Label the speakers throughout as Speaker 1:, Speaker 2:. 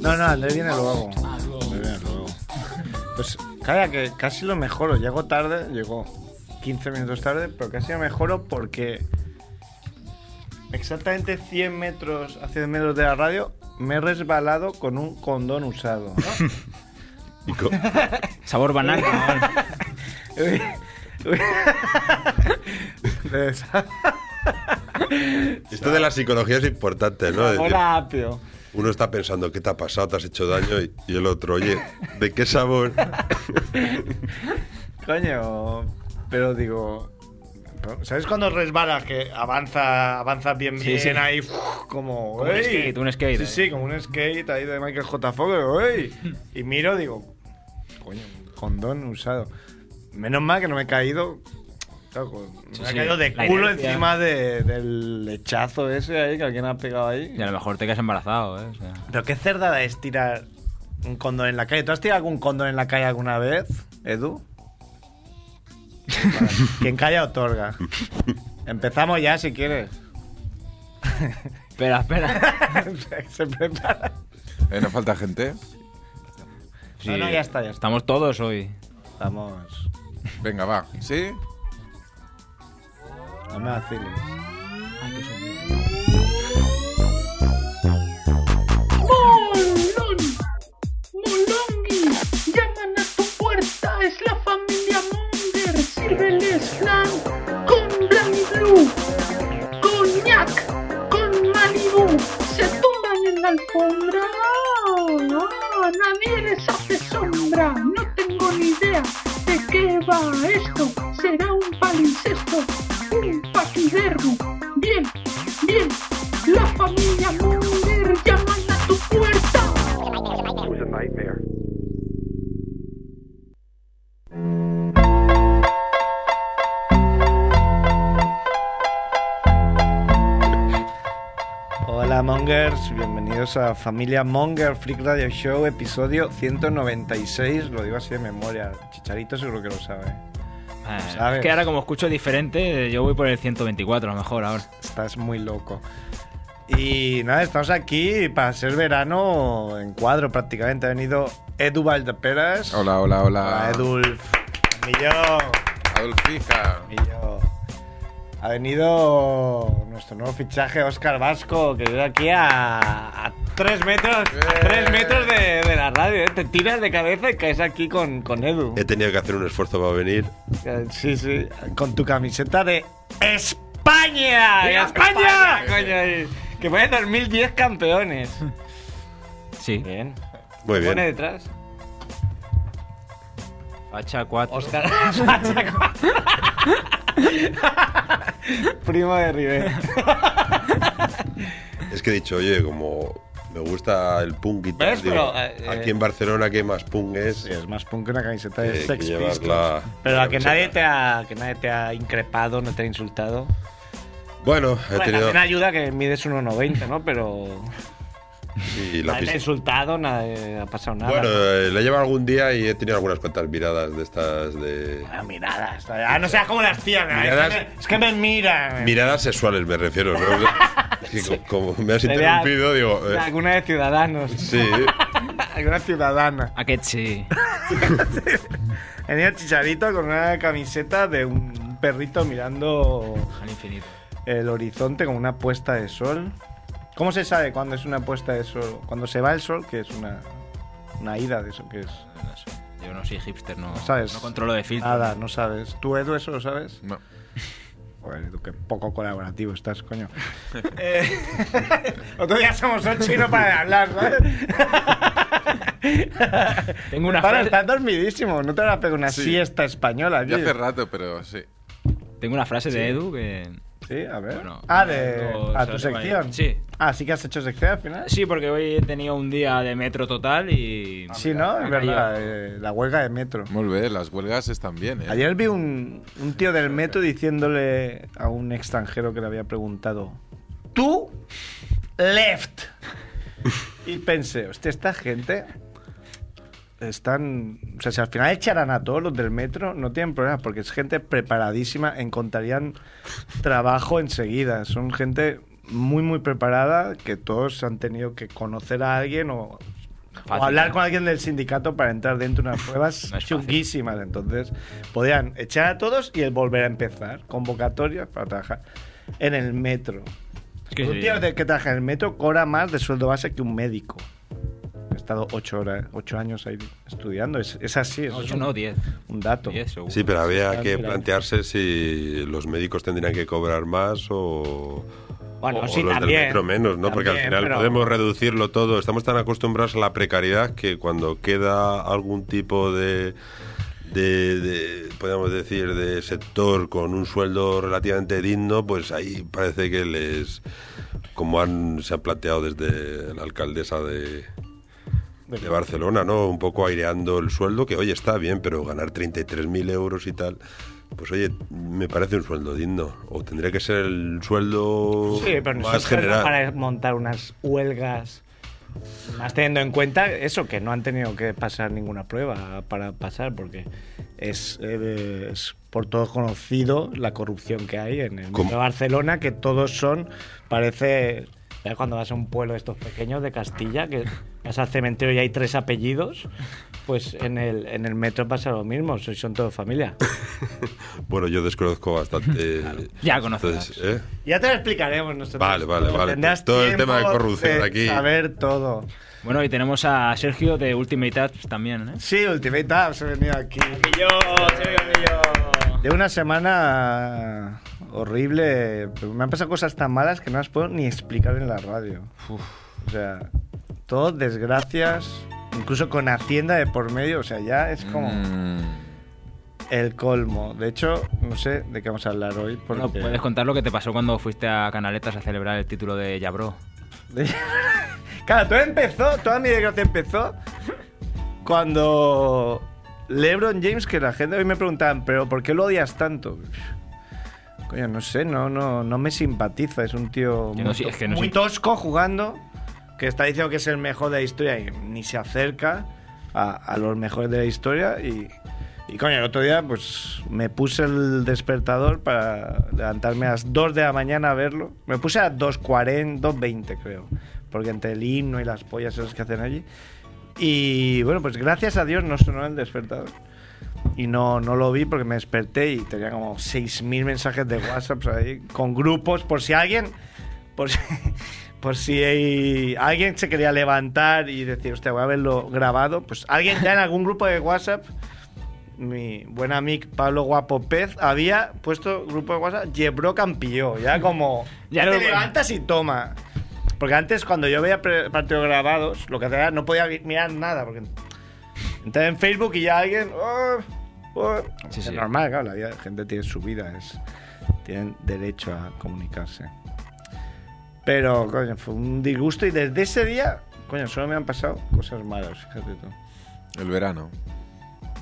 Speaker 1: No, no, le viene luego.
Speaker 2: Ah, luego.
Speaker 1: Le viene luego. Pues, calla, que casi lo mejoro. Llego tarde, llegó 15 minutos tarde, pero casi lo mejoro porque exactamente 100 metros a 100 metros de la radio me he resbalado con un condón usado. ¿no?
Speaker 3: Y co- Sabor banal.
Speaker 1: De esa-
Speaker 4: Esto de la psicología es importante, ¿no? De-
Speaker 1: Hola, apio.
Speaker 4: Uno está pensando, ¿qué te ha pasado? ¿Te has hecho daño? Y, y el otro, oye, ¿de qué sabor?
Speaker 1: Coño, pero digo. ¿Sabes cuando resbalas que avanza, avanza bien
Speaker 3: Sí,
Speaker 1: bien
Speaker 3: sí.
Speaker 1: ahí uf, como,
Speaker 3: Como un
Speaker 1: "Ey"?
Speaker 3: skate, un skate,
Speaker 1: Sí,
Speaker 3: eh.
Speaker 1: sí, como un skate ahí de Michael J. Fox, digo, "Ey". y miro digo, coño, condón usado. Menos mal que no me he caído. claro, con- me
Speaker 3: Sí,
Speaker 1: he
Speaker 3: sí,
Speaker 1: caído de
Speaker 3: la
Speaker 1: culo
Speaker 3: inercia.
Speaker 1: encima de- del lechazo ese ahí que alguien ha pegado ahí.
Speaker 3: Y a lo mejor te quedas embarazado, ¿eh? O sea,
Speaker 1: Pero qué cerdada es tirar un condón en la calle. ¿Tú has tirado algún condón en la calle alguna vez, Edu? Vale. Quien calla otorga. Empezamos ya si quieres.
Speaker 3: Espera, espera.
Speaker 1: Se prepara.
Speaker 5: Eh, ¿No falta gente?
Speaker 1: No, no, ya está, ya está.
Speaker 3: Estamos todos hoy. Eh,
Speaker 1: Estamos.
Speaker 5: Venga, va. ¿Sí?
Speaker 1: No me vaciles.
Speaker 6: ¡Molón! ¡Molongi! Llaman a tu puerta, es la familia Munger. Sírveles flan con Blanc Blue, coñac, con Malibu. Se tumban en la alfombra. ¡Ah! nadie les hace sombra. No tengo ni idea de qué va esto. Será un palincesto, un paquidermo. Bien, bien, la familia Munger llaman a tu puerta.
Speaker 1: Hola Mongers, bienvenidos a Familia Monger Freak Radio Show, episodio 196. Lo digo así de memoria. Chicharito seguro que lo sabe.
Speaker 3: Ah,
Speaker 1: sabes.
Speaker 3: es que ahora como escucho diferente, yo voy por el 124 a lo mejor ahora.
Speaker 1: Estás muy loco. Y nada, estamos aquí para ser verano en cuadro prácticamente. Ha venido Edu Valdeperas.
Speaker 5: Hola, hola, hola.
Speaker 1: Hola, Edulf. Millo.
Speaker 5: Adolfija.
Speaker 1: Millo. Ha venido nuestro nuevo fichaje, Oscar Vasco, que vive aquí a, a tres metros, a tres metros de, de la radio. ¿eh? Te tiras de cabeza y caes aquí con, con Edu.
Speaker 4: He tenido que hacer un esfuerzo para venir.
Speaker 1: Eh, Sí, sí, con tu camiseta de España. ¡España! Coño, y- que fue 2010 campeones.
Speaker 3: Sí.
Speaker 1: Bien.
Speaker 4: Muy bien.
Speaker 1: Pone detrás.
Speaker 3: Facha 4.
Speaker 1: Oscar. Primo de Rivera.
Speaker 4: Es que he dicho, oye, como me gusta el punk y tal,
Speaker 1: ¿Ves?
Speaker 4: digo,
Speaker 1: Pero, eh,
Speaker 4: aquí en Barcelona que más punk es,
Speaker 1: es más punk que una camiseta
Speaker 4: de Eh, que Sex llevarla- Pistols.
Speaker 1: Pero a que
Speaker 4: camiseta.
Speaker 1: nadie, te ha, que nadie te ha increpado, no te ha insultado.
Speaker 4: bueno, he
Speaker 1: Bueno,
Speaker 4: tenido
Speaker 1: También ayuda que mides 1,90, ¿no? Pero
Speaker 4: y la
Speaker 1: nadie te ha
Speaker 4: pis-
Speaker 1: insultado, nada, eh, ha pasado nada.
Speaker 4: Bueno, eh, la he llevado algún día y he tenido algunas cuantas miradas de estas de
Speaker 1: Ah, miradas. Ah, no seas como las tías. ¿no?
Speaker 4: Miradas-
Speaker 1: Es, que me, es que me miran.
Speaker 4: miradas sexuales me refiero, ¿no? Es que co- como me has
Speaker 1: Sería-
Speaker 4: interrumpido, digo, eh,
Speaker 1: Alguna de ciudadanos.
Speaker 4: sí,
Speaker 1: Alguna ciudadana.
Speaker 3: A que sí.
Speaker 1: Venía Chicharito con una camiseta de un perrito mirando
Speaker 3: Al infinito.
Speaker 1: el horizonte con una puesta de sol. ¿Cómo se sabe cuándo es una puesta de sol? Cuando se va el sol, que es una, una ida de eso, que es.
Speaker 3: No sé. Yo no soy hipster, no,
Speaker 1: ¿Sabes?
Speaker 3: no controlo de filtro.
Speaker 1: Nada, no sabes. ¿Tú, Edu, eso lo sabes?
Speaker 5: No.
Speaker 1: Joder, Edu, qué poco colaborativo estás, coño. Eh, otro día somos ocho y no para de hablar, ¿sabes?
Speaker 3: Tengo una
Speaker 1: Para,
Speaker 3: frase-
Speaker 1: estás dormidísimo. No te vas a pegar una
Speaker 5: Sí.
Speaker 1: siesta española aquí.
Speaker 5: Ya hace rato, pero sí.
Speaker 3: Tengo una frase de Edu que...
Speaker 1: Sí, a ver.
Speaker 3: Bueno,
Speaker 1: ah, de,
Speaker 3: no,
Speaker 1: a tu
Speaker 3: se lo tengo ahí.
Speaker 1: sección.
Speaker 3: Sí.
Speaker 1: Ah, sí que has hecho sección al final.
Speaker 3: Sí, porque hoy he tenido un día de metro total y...
Speaker 1: Sí, ¿no? Es
Speaker 3: Ha
Speaker 1: verdad,
Speaker 3: caído.
Speaker 1: eh, la huelga de metro.
Speaker 5: Muy bien, las huelgas están bien, ¿eh?
Speaker 1: Ayer vi un, un tío del metro diciéndole a un extranjero que le había preguntado, tú left. Y pensé, hostia, esta gente están... O sea, si al final echarán a todos los del metro, no tienen problema, porque es gente preparadísima, encontrarían trabajo enseguida. Son gente muy, muy preparada, que todos han tenido que conocer a alguien o
Speaker 3: Fácil,
Speaker 1: o hablar
Speaker 3: ¿no?
Speaker 1: con alguien del sindicato para entrar dentro de unas pruebas
Speaker 3: No es fácil.
Speaker 1: chunguísimas. Entonces, podían echar a todos y volver a empezar. Convocatorias para trabajar en el metro.
Speaker 3: Es que
Speaker 1: un
Speaker 3: sí.
Speaker 1: tío de- que trabaja en el metro cobra más de sueldo base que un médico. He estado ocho, horas, ocho años ahí estudiando. Es, es así, es
Speaker 3: Ocho,
Speaker 1: un,
Speaker 3: no, diez.
Speaker 1: un dato.
Speaker 3: Diez, seguro.
Speaker 4: Sí, pero había
Speaker 1: Claro,
Speaker 4: que
Speaker 1: claro.
Speaker 4: plantearse si los médicos tendrían que cobrar más o,
Speaker 1: Bueno,
Speaker 4: o
Speaker 1: sí,
Speaker 4: los
Speaker 1: también.
Speaker 4: del metro menos, ¿no? Porque al
Speaker 1: También,
Speaker 4: final
Speaker 1: pero-
Speaker 4: podemos reducirlo todo. Estamos tan acostumbrados a la precariedad que cuando queda algún tipo de, de, de, podemos decir, de sector con un sueldo relativamente digno, pues ahí parece que les, como han, se han planteado desde la alcaldesa de, de Barcelona, ¿no? Un poco aireando el sueldo, que oye, está bien, pero ganar 33.000 euros y tal, pues oye, me parece un sueldo digno. O tendría que ser el sueldo
Speaker 1: Sí, pero
Speaker 4: más
Speaker 1: nosotros
Speaker 4: general.
Speaker 1: para montar unas huelgas, más teniendo en cuenta eso, que no han tenido que pasar ninguna prueba para pasar, porque es, eh, es por todo conocido la corrupción que hay en el
Speaker 4: ¿Cómo?
Speaker 1: de Barcelona, que todos son, parece, ya cuando vas a un pueblo de estos pequeños de Castilla, que vas al cementerio y hay tres apellidos, pues en el, en el metro pasa lo mismo, soy- son todos familia.
Speaker 4: Bueno, yo desconozco bastante. eh,
Speaker 3: Ya conocerás.
Speaker 4: Entonces, ¿eh?
Speaker 1: Ya te lo explicaremos nosotros.
Speaker 4: Vale, vale, vale.
Speaker 1: Tendrás
Speaker 4: Todo el
Speaker 1: tiempo
Speaker 4: tema de corrupción aquí.
Speaker 1: Saber todo.
Speaker 3: Bueno, y tenemos a Sergio de Ultimate Apps también, ¿eh?
Speaker 1: Sí, Ultimate Tabs he venido aquí.
Speaker 3: Yo, Sergio
Speaker 1: De una semana horrible. pero Me han pasado cosas tan malas que no las puedo ni explicar en la radio. O sea, todo desgracias. Incluso con Hacienda de por medio. O sea, ya es como
Speaker 5: Mm,
Speaker 1: el colmo. De hecho, no sé de qué vamos a hablar hoy. Porque...
Speaker 3: No, puedes contar lo que te pasó cuando fuiste a Canaletas a celebrar el título de Yabro.
Speaker 1: Claro, todo empezó, toda mi desgracia empezó cuando LeBron James, que la gente hoy me preguntaban, pero ¿por qué lo odias tanto? Coño, no sé, no, no, no me simpatiza. Es un tío
Speaker 3: Yo
Speaker 1: muy,
Speaker 3: no sé, es que no
Speaker 1: muy
Speaker 3: sé.
Speaker 1: tosco jugando, que está diciendo que es el mejor de la historia y ni se acerca a, a los mejores de la historia. Y, y coño, el otro día pues me puse el despertador para levantarme a las 2 de la mañana a verlo. Me puse a 2.40, 2.20 creo, porque entre el himno y las pollas esas que hacen allí. Y bueno, pues gracias a Dios no sonó el despertador. Y no, no lo vi porque me desperté y tenía como 6.000 mensajes de WhatsApp ahí, con grupos, por si alguien, por si, por si hay- alguien se quería levantar y decir, hostia, voy a verlo grabado, pues alguien ya en algún grupo de WhatsApp, mi buen amigo Pablo Guapo Pez, había puesto grupo de WhatsApp, Yebro Campillo, ya como,
Speaker 3: Ya
Speaker 1: ya te
Speaker 3: lo-
Speaker 1: levantas y toma. Porque antes cuando yo veía pre- partidos grabados, lo que hacía era no podía vi- mirar nada, porque Entrar en Facebook y ya alguien. "Oh, oh".
Speaker 3: Sí,
Speaker 1: es
Speaker 3: sí.
Speaker 1: normal, claro, la vida- la gente tiene su vida, es, tienen derecho a comunicarse. Pero, coño, fue un disgusto y desde ese día, coño, solo me han pasado cosas malas, fíjate tú.
Speaker 5: el verano.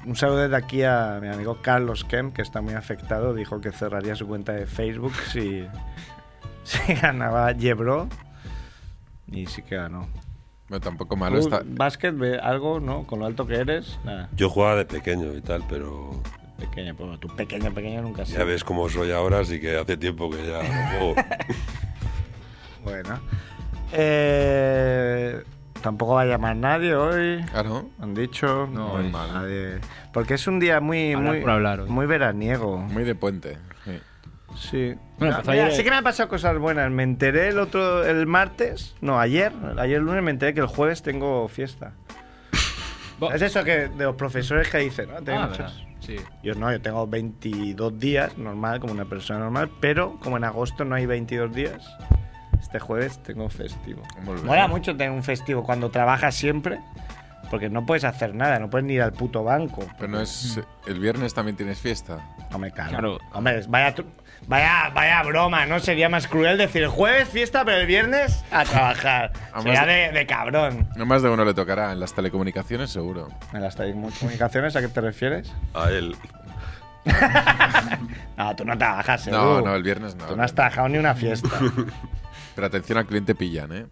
Speaker 1: Un saludo desde aquí a mi amigo Carlos Kemp, que está muy afectado. Dijo que cerraría su cuenta de Facebook si, si ganaba Yebro. Y sí que ganó.
Speaker 5: Bueno, tampoco malo está.
Speaker 1: ¿Tú, ¿Básquet, ve algo, no? Con lo alto que eres, nada.
Speaker 4: Yo jugaba de pequeño y tal, pero
Speaker 1: Pequeña, pues tú pequeña, pequeña nunca has
Speaker 4: ya ves cómo soy ahora, así que hace tiempo que ya no juego.
Speaker 1: Bueno. Eh, tampoco va a llamar nadie hoy.
Speaker 5: Ah, ¿no?
Speaker 1: Han dicho.
Speaker 3: No,
Speaker 1: Hoy
Speaker 3: es
Speaker 5: malo.
Speaker 1: nadie. Porque es un día muy.
Speaker 3: Hablar
Speaker 1: muy,
Speaker 3: por hablar hoy.
Speaker 1: muy veraniego.
Speaker 5: Muy de puente. sí.
Speaker 1: Sí.
Speaker 3: Bueno,
Speaker 1: Ah,
Speaker 3: empezó
Speaker 1: mira,
Speaker 3: ayer-
Speaker 1: sí que me han pasado cosas buenas. Me enteré el otro. El martes. No, ayer. Ayer lunes me enteré que el jueves tengo fiesta.
Speaker 3: Bo-
Speaker 1: Es eso que de los profesores que dicen, ¿no? Tengo
Speaker 3: Ah,
Speaker 1: muchas-
Speaker 3: verdad, sí.
Speaker 1: Yo no, yo tengo 22 días, normal, como una persona normal, pero como en agosto no hay 22 días, este jueves tengo festivo.
Speaker 5: Muy bien.
Speaker 1: Mola mucho tener un festivo cuando trabajas siempre, porque no puedes hacer nada, no puedes ni ir al puto banco.
Speaker 5: Pero no es. El viernes también tienes fiesta.
Speaker 1: No me cago.
Speaker 3: Claro.
Speaker 1: Hombre, vaya, tru- vaya, vaya broma, ¿no? Sería más cruel decir jueves fiesta, pero el viernes a trabajar.
Speaker 5: Además
Speaker 1: Sería de, de cabrón.
Speaker 5: No más de uno le tocará. En las telecomunicaciones, seguro.
Speaker 1: ¿En las telecomunicaciones a qué te refieres?
Speaker 4: A él.
Speaker 1: No, tú no trabajas,
Speaker 5: No,
Speaker 1: Edu.
Speaker 5: no, el viernes no.
Speaker 1: Tú no has trabajado ni una fiesta.
Speaker 5: Pero atención al cliente pillan, ¿eh?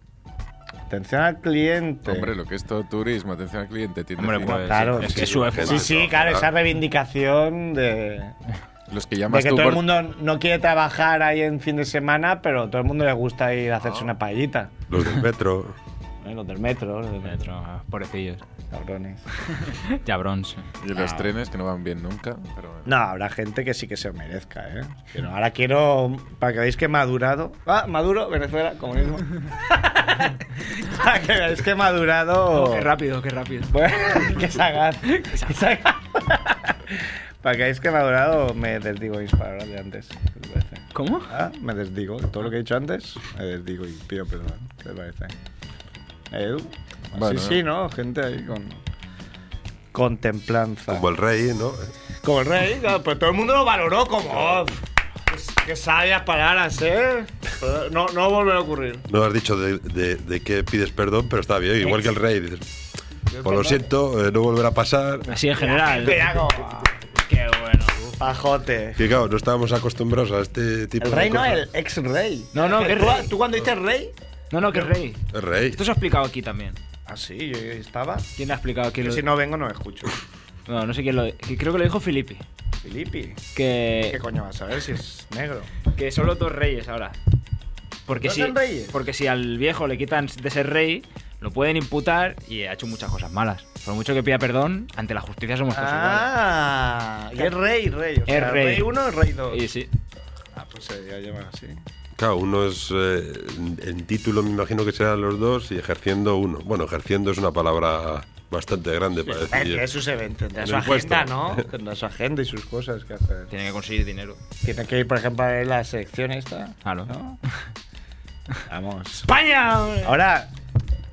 Speaker 1: Atención al cliente.
Speaker 5: Hombre, lo que es todo turismo, atención al cliente, tiendecina.
Speaker 3: Hombre, pues,
Speaker 1: claro,
Speaker 3: es
Speaker 1: sí.
Speaker 3: que es su época.
Speaker 1: Sí, sí, claro, esa reivindicación de,
Speaker 5: Los que
Speaker 1: pues, de
Speaker 5: llamas
Speaker 1: que
Speaker 5: tú
Speaker 1: todo
Speaker 5: por-
Speaker 1: el mundo no quiere trabajar ahí en fin de semana, pero todo el mundo le gusta ir a hacerse una paellita.
Speaker 4: Los del metro.
Speaker 1: ¿eh? los del metro, los del metro,
Speaker 3: Metro, ah, pobrecillos.
Speaker 1: cabrones.
Speaker 3: Jabrons.
Speaker 5: Y los trenes que no van bien nunca. Pero bueno.
Speaker 1: No, habrá gente que sí que se merezca, ¿eh? Pero ahora quiero, para que veáis que he madurado. Ah, Maduro, Venezuela, comunismo. para que veáis que he madurado.
Speaker 2: Oh, qué rápido, qué rápido.
Speaker 1: Bueno, que sagaz. que sagaz. Para que veáis que he madurado, me desdigo mis palabras de antes. ¿qué os parece?
Speaker 2: ¿Cómo?
Speaker 1: Ah, me desdigo. Todo lo que he dicho antes, me desdigo y pido perdón. ¿Qué os parece? Edu.
Speaker 5: Bueno.
Speaker 1: sí, sí, ¿no? Gente ahí con. Con templanza.
Speaker 4: Como el rey, ¿no?
Speaker 1: Como el rey, claro, pero todo el mundo lo valoró como. "Oh, qué- qué sabias palabras, ¿eh? Pero No, no volverá a ocurrir.
Speaker 4: No has dicho de, de- de qué pides perdón, pero está bien, igual que el rey. Dices, pues lo siento, eh, no volverá a pasar.
Speaker 3: Así en general.
Speaker 1: Te hago.
Speaker 3: Qué bueno.
Speaker 1: Pajote.
Speaker 4: Que claro, no estábamos acostumbrados a este tipo
Speaker 1: El
Speaker 4: de
Speaker 1: rey no,
Speaker 4: cosas.
Speaker 1: el ex rey.
Speaker 3: No, no, que
Speaker 1: tú,
Speaker 3: rey.
Speaker 1: tú cuando dices rey.
Speaker 3: No, no, que rey.
Speaker 4: El rey.
Speaker 3: Esto se ha explicado aquí también.
Speaker 1: Ah, sí, yo estaba.
Speaker 3: ¿Quién lo ha explicado? ¿Quién
Speaker 1: Que
Speaker 3: lo-
Speaker 1: si no vengo no escucho.
Speaker 3: no, no sé quién lo. que Creo que lo dijo Filippi.
Speaker 1: Filipi. ¿Qué
Speaker 3: Que,
Speaker 1: coño vas a ver si es negro?
Speaker 3: que solo dos reyes ahora. Porque
Speaker 1: ¿Dos
Speaker 3: si,
Speaker 1: son reyes?
Speaker 3: porque si al viejo le quitan de ser rey, lo pueden imputar y ha hecho muchas cosas malas. Por mucho que pida perdón, ante la justicia somos todos
Speaker 1: Ah, y es rey, rey. O sea,
Speaker 3: Es rey.
Speaker 1: rey 1 rey 2.
Speaker 3: iguales. Y sí.
Speaker 1: Ah, pues se ya llevan así.
Speaker 4: Claro, uno es. eh, en- en título me imagino que serán los dos y ejerciendo uno. Bueno, ejerciendo es una palabra bastante grande para decir.
Speaker 1: Eso se ve, tendrá
Speaker 4: El
Speaker 1: su
Speaker 4: impuesto.
Speaker 1: agenda, ¿no? Tendrá su agenda y sus cosas que hacer.
Speaker 3: Tienen que conseguir dinero.
Speaker 1: Tiene que ir, por ejemplo, a la sección esta.
Speaker 3: Claro.
Speaker 1: ¿no? Vamos.
Speaker 3: ¡España!
Speaker 1: Ahora,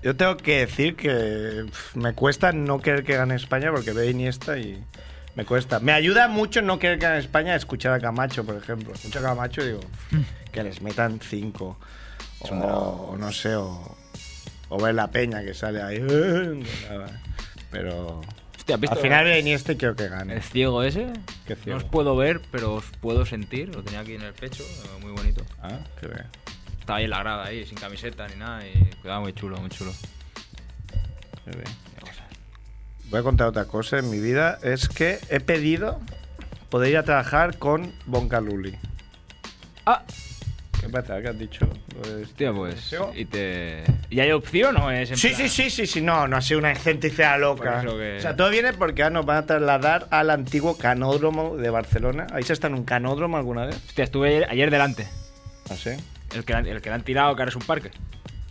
Speaker 1: yo tengo que decir que pf, me cuesta no querer que gane España porque veo a Iniesta y me cuesta. Me ayuda mucho no querer que gane España escuchar a Camacho, por ejemplo. Escucho a Camacho y digo, pf, que les metan cinco. O, o no sé, o, o ver la peña que sale ahí. Pero
Speaker 3: Hostia, ¿has visto
Speaker 1: al final veo a Iniesta y quiero que gane.
Speaker 3: el ciego ese?
Speaker 1: Qué ciego.
Speaker 3: No os puedo ver, pero os puedo sentir. Lo tenía aquí en el pecho, eh, muy bonito.
Speaker 1: Ah, qué bien.
Speaker 3: Estaba ahí en la grada, ahí, sin camiseta ni nada. Y cuidado, muy chulo, muy chulo.
Speaker 1: Muy bien. Voy a contar otra cosa en mi vida. Es que he pedido poder ir a trabajar con Boncaluli.
Speaker 3: Ah,
Speaker 1: ¿Qué pasa? ¿Qué has dicho? Lo de-
Speaker 3: hostia, pues.
Speaker 1: ¿Ciego?
Speaker 3: ¿Y, te... ¿Y hay opción o es en
Speaker 1: Sí,
Speaker 3: plan-
Speaker 1: sí, sí, sí, sí. No, no ha sido una excentricidad loca.
Speaker 3: Por eso que-
Speaker 1: O sea, todo viene porque ahora nos van a trasladar al antiguo canódromo de Barcelona. ¿Habéis estado en un canódromo alguna vez?
Speaker 3: Hostia, estuve ayer, ayer delante.
Speaker 1: No sé.
Speaker 3: El que, el que le han tirado, que ahora es un parque.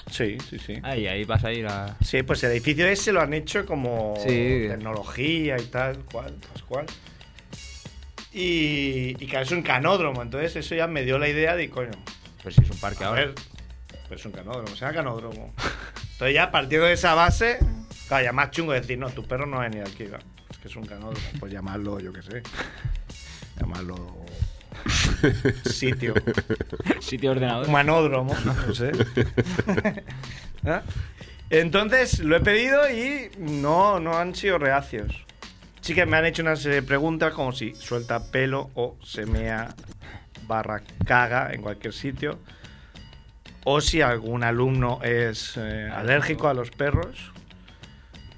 Speaker 1: Sí, sí, sí.
Speaker 3: Ahí, ahí vas a ir a.
Speaker 1: Sí, pues el edificio ese lo han hecho como
Speaker 3: Sí.
Speaker 1: tecnología y tal, cual, pues cual. Y, y claro, es un canódromo, entonces eso ya me dio la idea de, coño,
Speaker 3: Pero si es un parque
Speaker 1: a
Speaker 3: ahora.
Speaker 1: ver, pues es un canódromo, se llama canódromo. Entonces ya partiendo de esa base, claro, ya más chungo decir, no, tu perro no es ni aquí, va, es que es un canódromo, pues llamarlo, yo qué sé, llamarlo sitio,
Speaker 3: Sitio ordenador.
Speaker 1: manódromo, no sé. ¿Ah? Entonces lo he pedido y no, no han sido reacios. Sí que me han hecho unas eh, preguntas como si suelta pelo o se mea barra caga en cualquier sitio. O si algún alumno es eh, alérgico a los perros.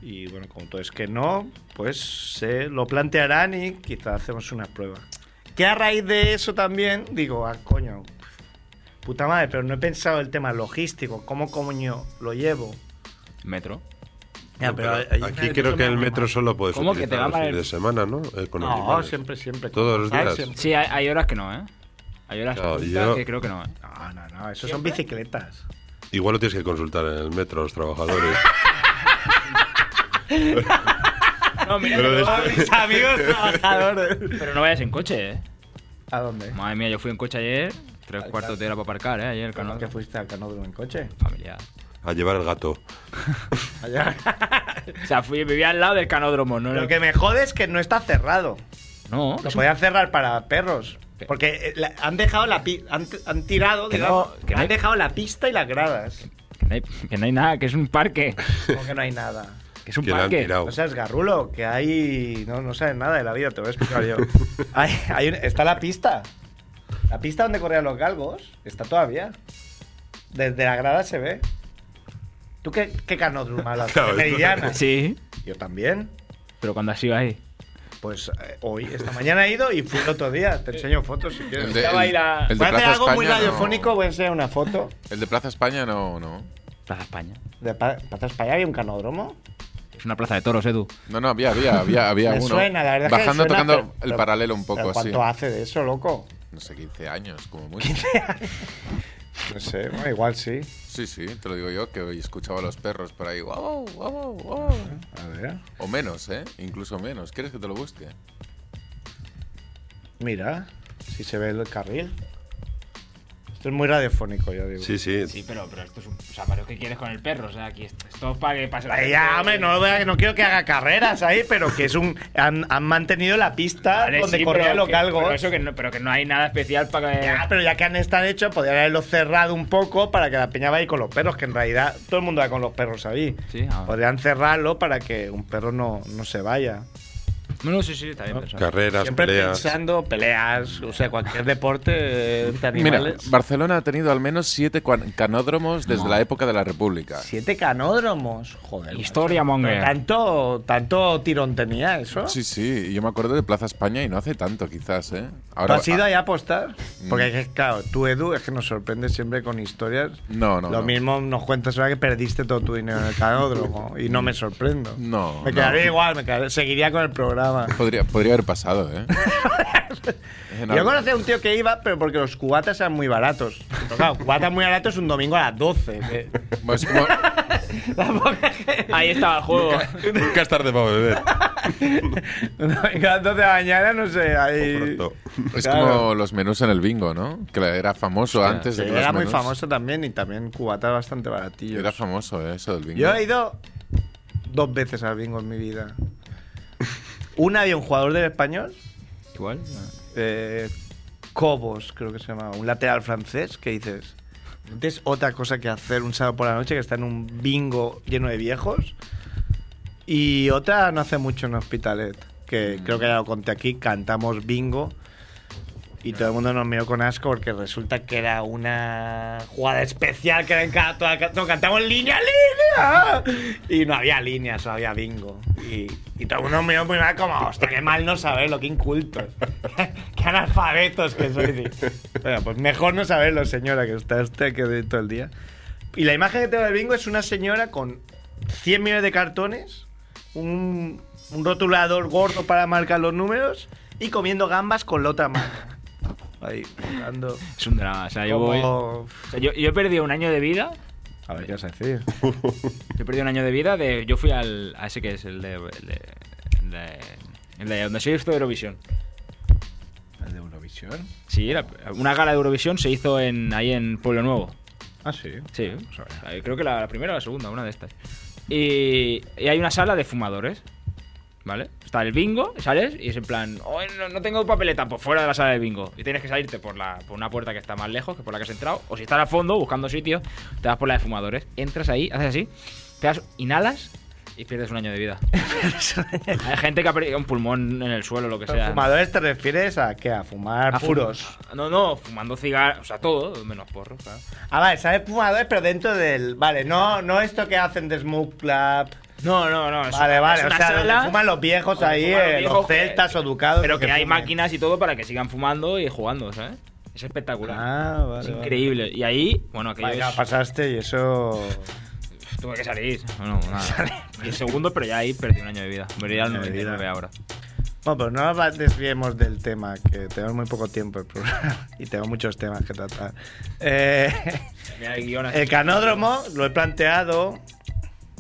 Speaker 1: Y bueno, como todo es que no, pues se lo plantearán y quizás hacemos una prueba. Que a raíz de eso también digo, ah, coño, puta madre, pero no he pensado el tema logístico, cómo coño lo llevo.
Speaker 3: Metro.
Speaker 1: Ya, pero hay-
Speaker 4: Aquí creo que el metro solo puedes
Speaker 3: ¿Cómo que te
Speaker 4: utilizar
Speaker 3: va
Speaker 4: los
Speaker 3: para
Speaker 4: fines
Speaker 3: el-
Speaker 4: de semana, ¿no? Eh, con
Speaker 1: No,
Speaker 4: animales.
Speaker 1: siempre, siempre.
Speaker 4: Todos los
Speaker 1: Ah,
Speaker 4: días.
Speaker 1: siempre.
Speaker 3: Sí, hay, hay horas que no, ¿eh? Hay horas
Speaker 4: Claro,
Speaker 3: punta
Speaker 4: yo-
Speaker 3: que creo que no, ¿eh?
Speaker 1: No, no, no, eso son bicicletas.
Speaker 4: Igual lo tienes que consultar en el metro a los trabajadores.
Speaker 3: No, mira,
Speaker 4: Pero
Speaker 3: pero,
Speaker 4: después-
Speaker 1: Mis amigos trabajadores.
Speaker 3: pero no vayas en coche, ¿eh?
Speaker 1: ¿A dónde?
Speaker 3: Madre mía, yo fui en coche ayer. Tres cuartos de hora para aparcar, ¿eh? Ayer,
Speaker 1: ¿Por
Speaker 3: canal.
Speaker 1: qué fuiste al canódromo en coche?
Speaker 3: Familiar.
Speaker 4: a llevar el gato.
Speaker 1: Allá.
Speaker 3: O sea, fui, vivía al lado del canódromo, ¿no?
Speaker 1: Lo que me jode es que no está cerrado.
Speaker 3: No,
Speaker 1: Lo
Speaker 3: es un-
Speaker 1: podían cerrar para perros. Porque eh, la- han dejado la pi- han, han tirado,
Speaker 3: Que no,
Speaker 1: digamos,
Speaker 3: que no
Speaker 1: han
Speaker 3: hay-
Speaker 1: dejado la pista y las gradas.
Speaker 3: que no, hay, que no hay nada, que es un parque.
Speaker 1: Como que no hay nada.
Speaker 3: Que es un
Speaker 4: Que le han
Speaker 3: parque.
Speaker 4: tirado.
Speaker 1: No seas garrulo, que hay. No, no sabes nada de la vida, te voy a explicar yo. Hay- hay un- Está la pista. La pista donde corrían los galgos está todavía. Desde la grada se ve. ¿Tú qué, qué canódromo hablas?
Speaker 4: Claro,
Speaker 1: ¿De Meridiana?
Speaker 3: Sí,
Speaker 1: Yo también.
Speaker 3: pero cuando has ido ahí.
Speaker 1: Pues eh, hoy, esta mañana he ido y fui el otro día. Te enseño fotos si quieres.
Speaker 5: El de,
Speaker 3: Ya va a
Speaker 5: el-
Speaker 3: ir a-
Speaker 5: el de
Speaker 1: voy a hacer
Speaker 5: Plaza
Speaker 1: algo muy
Speaker 5: España no-
Speaker 1: radiofónico, voy a enseñar una foto.
Speaker 5: El de Plaza España no, no.
Speaker 3: Plaza España.
Speaker 1: ¿De pa- Plaza España había un canódromo?
Speaker 3: Es una plaza de toros, Edu.
Speaker 5: No, no, había, había, había, había
Speaker 1: me
Speaker 5: uno.
Speaker 1: suena, la verdad
Speaker 5: Bajando,
Speaker 1: es que me suena,
Speaker 5: tocando
Speaker 1: pero-
Speaker 5: el
Speaker 1: pero-
Speaker 5: paralelo un poco
Speaker 1: pero
Speaker 5: así.
Speaker 1: ¿Cuánto hace de eso, loco?
Speaker 5: No sé, 15 años, como mucho.
Speaker 1: No sé, bueno, igual sí.
Speaker 5: Sí, sí, te lo digo yo, que hoy escuchaba a los perros por ahí. ¡Wow, wow, wow!
Speaker 1: A ver.
Speaker 5: O menos, ¿eh? Incluso menos. ¿Quieres que te lo busque?
Speaker 1: Mira, si se ve el carril. Esto es muy radiofónico, yo digo.
Speaker 4: Sí, sí.
Speaker 3: Sí, pero, pero esto es un. O sea, pero ¿qué quieres con el perro? O sea, aquí esto, esto es para que pase.
Speaker 1: Ay, Ya, hombre, no, no quiero que haga carreras ahí, pero que es un. Han, han mantenido la pista
Speaker 3: Vale,
Speaker 1: donde
Speaker 3: sí,
Speaker 1: corría
Speaker 3: pero
Speaker 1: los
Speaker 3: que-
Speaker 1: galgos.
Speaker 3: Pero, eso que no, pero que no hay nada especial para que.
Speaker 1: Ya, Ah, pero ya que han estado hecho, podrían haberlo cerrado un poco para que la peña vaya con los perros, que en realidad todo el mundo va con los perros ahí.
Speaker 3: Sí, ah.
Speaker 1: Podrían cerrarlo para que un perro no, no se vaya.
Speaker 3: No, no, sí, sí, está
Speaker 1: Ah,
Speaker 3: bien pensado.
Speaker 4: Carreras,
Speaker 1: Siempre
Speaker 4: peleas.
Speaker 1: pensando peleas, o sea, cualquier deporte eh, de
Speaker 5: Mira,
Speaker 1: animales.
Speaker 5: Barcelona ha tenido al menos siete cuan- canódromos desde la época de la República.
Speaker 1: Siete canódromos, joder. macho.
Speaker 3: Historia,
Speaker 1: Pero
Speaker 3: monger.
Speaker 1: Tanto, tanto tirón tenía eso.
Speaker 5: Sí, sí, y yo me acuerdo de Plaza España y no hace tanto, quizás, ¿eh?
Speaker 1: ¿Tú has ido
Speaker 5: ah,
Speaker 1: ahí a apostar? Porque, es que, claro, tú, Edu, es que nos sorprendes siempre con historias.
Speaker 5: No, no,
Speaker 1: Lo
Speaker 5: no.
Speaker 1: mismo nos cuentas ahora que perdiste todo tu dinero en el canódromo y no me sorprendo.
Speaker 5: No,
Speaker 1: Me quedaría
Speaker 5: no.
Speaker 1: igual, me quedaría, seguiría con el programa.
Speaker 5: Podría, podría haber pasado, ¿eh? En
Speaker 1: Yo
Speaker 5: algo-
Speaker 1: conocí a un tío que iba, pero porque los cubatas eran muy baratos. Pero claro, cubatas muy baratos un domingo a las 12. que-
Speaker 5: Pues como-
Speaker 3: Ahí estaba el juego.
Speaker 4: Nunca es tarde para beber.
Speaker 1: un domingo a las 12 de la mañana, no sé, ahí...
Speaker 4: Pronto.
Speaker 5: es
Speaker 1: Claro.
Speaker 5: como los menús en el bingo, ¿no? Que era famoso antes
Speaker 1: Sí,
Speaker 5: de que los
Speaker 1: era muy
Speaker 5: menús-
Speaker 1: famoso también y también cubata bastante baratillo.
Speaker 5: Era famoso ¿eh? eso del bingo.
Speaker 1: Yo he ido dos veces al bingo en mi vida. Una había un jugador del español,
Speaker 3: Igual.
Speaker 1: eh, Cobos, creo que se llama, un lateral francés, que dices, ¿no tienes otra cosa que hacer un sábado por la noche que está en un bingo lleno de viejos? Y otra no hace mucho en Hospitalet, que creo que ya lo conté aquí, cantamos bingo. Y todo el mundo nos miró con asco porque resulta que era una jugada especial que era en cada. toda ca- no, cantamos línea, línea. Y no había línea, solo había bingo. Y, y todo el mundo nos miró muy mal, como, hostia, qué mal no saberlo, qué incultos. qué analfabetos que soy. Bueno, pues mejor no saberlo, señora, que está este que de todo el día. Y la imagen que tengo del bingo es una señora con 100 millones de cartones, un, un rotulador gordo para marcar los números y comiendo gambas con la otra mano. Ahí, tocando.
Speaker 3: Es un drama. O sea, yo voy. O
Speaker 1: Como-
Speaker 3: sea, yo, yo he perdido un año de vida.
Speaker 1: A ver, ¿qué vas a decir?
Speaker 3: Yo he perdido un año de vida. De, yo fui al. A ese que es el de. El de, el de, el de donde se hizo Eurovisión.
Speaker 1: ¿El de Eurovisión?
Speaker 3: Sí, era- una gala de Eurovisión se hizo en, ahí en Pueblo Nuevo.
Speaker 1: Ah, sí.
Speaker 3: Sí, eh, creo que la, la primera o la segunda, una de estas. Y, y hay una sala de fumadores. ¿Vale? Está el bingo, sales y es en plan, "Hoy no, no tengo papeleta, pues fuera de la sala de bingo. Y tienes que salirte por, la, por una puerta que está más lejos que por la que has entrado. O si estás al fondo buscando sitio, te vas por la de fumadores. Entras ahí, haces así, te das, inhalas y pierdes un año de vida. hay gente que ha perdido un pulmón en el suelo, lo que sea.
Speaker 1: ¿Fumadores te refieres a qué? A fumar
Speaker 3: A fu-
Speaker 1: puros.
Speaker 3: No, no, fumando cigarros, o sea, todo, menos porros, claro.
Speaker 1: Ah, vale, sabes fumadores, pero dentro del. Vale, no, no esto que hacen de Smoke Club.
Speaker 3: No, no, no. es
Speaker 1: Vale,
Speaker 3: una-
Speaker 1: vale,
Speaker 3: es
Speaker 1: o
Speaker 3: una
Speaker 1: sea,
Speaker 3: sala-
Speaker 1: donde fuman los viejos
Speaker 3: donde
Speaker 1: ahí,
Speaker 3: fuman los
Speaker 1: eh,
Speaker 3: viejos
Speaker 1: los
Speaker 3: que-
Speaker 1: celtas o ducados.
Speaker 3: Pero que hay
Speaker 1: fumen.
Speaker 3: máquinas y todo para que sigan fumando y jugando, ¿sabes? Es espectacular.
Speaker 1: Ah, vale.
Speaker 3: es
Speaker 1: vale.
Speaker 3: increíble. Y ahí, bueno, aquello
Speaker 1: Vale,
Speaker 3: es-
Speaker 1: claro, pasaste y eso.
Speaker 3: tuve que salir. Bueno, nada. El segundo, pero ya ahí perdí un año de vida. Vería al
Speaker 1: Año de vida.
Speaker 3: 99 ahora.
Speaker 1: Bueno, pero no nos va- desviemos del tema, que tenemos muy poco tiempo el programa y tengo muchos temas que tratar. Eh,
Speaker 3: Mira el guión así.
Speaker 1: el canódromo lo he planteado.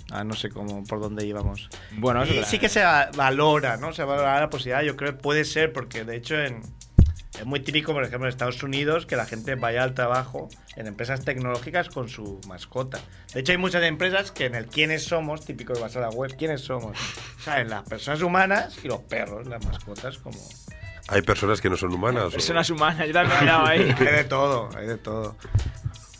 Speaker 1: Ah, no sé cómo, por dónde íbamos.
Speaker 3: Bueno, eso
Speaker 1: y
Speaker 3: la-
Speaker 1: sí que se va- valora, ¿no? Se valora la posibilidad, yo creo que puede ser, porque de hecho en, es muy típico, por ejemplo, en Estados Unidos, que la gente vaya al trabajo en empresas tecnológicas con su mascota. De hecho, hay muchas empresas que en el quiénes somos, típico de vas a la web, quiénes somos, saben las personas humanas y los perros, las mascotas, como...
Speaker 4: Hay personas que no son humanas. o-
Speaker 3: Personas humanas, yo también he mirado ahí.
Speaker 1: Hay de todo, hay de todo.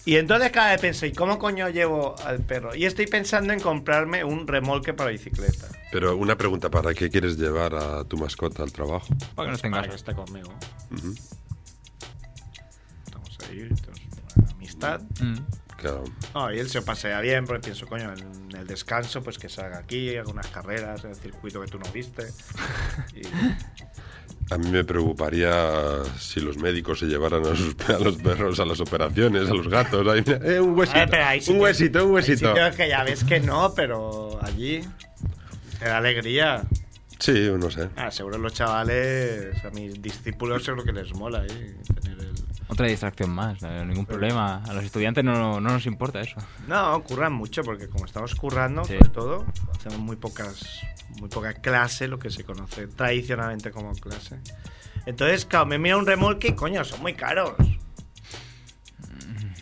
Speaker 1: Y entonces cada vez pensé, ¿y cómo coño llevo al perro? Y estoy pensando en comprarme un remolque para bicicleta.
Speaker 4: Pero una pregunta, ¿para qué quieres llevar a tu mascota al trabajo?
Speaker 3: Para que no tengas.
Speaker 1: esté conmigo.
Speaker 4: Ujú.
Speaker 1: Estamos ahí, tenemos una amistad.
Speaker 3: Mm.
Speaker 4: Claro.
Speaker 1: No, y él se pasea bien, porque pienso, coño, en el descanso, pues que salga aquí, haga unas carreras en el circuito que tú no viste. Y
Speaker 4: A mí me preocuparía si los médicos se llevaran a, sus- a los perros a las operaciones, a los gatos. Ahí, mira, eh, un huesito,
Speaker 1: Vale, pero ahí sí
Speaker 4: un
Speaker 1: que-
Speaker 4: huesito, un
Speaker 1: Hay
Speaker 4: huesito.
Speaker 1: sitios que ya ves que no, pero allí te da alegría.
Speaker 4: Sí, no sé.
Speaker 1: Ah, seguro los chavales, a mis discípulos seguro que les mola ¿eh? tener el...
Speaker 3: Otra distracción más, no, ningún problema. A los estudiantes no, no nos importa eso.
Speaker 1: No, curran mucho porque como estamos currando,
Speaker 3: Sí.
Speaker 1: sobre todo, hacemos muy pocas, muy poca clase, lo que se conoce tradicionalmente como clase. Entonces, claro, me mira un remolque y coño, son muy caros.
Speaker 3: Es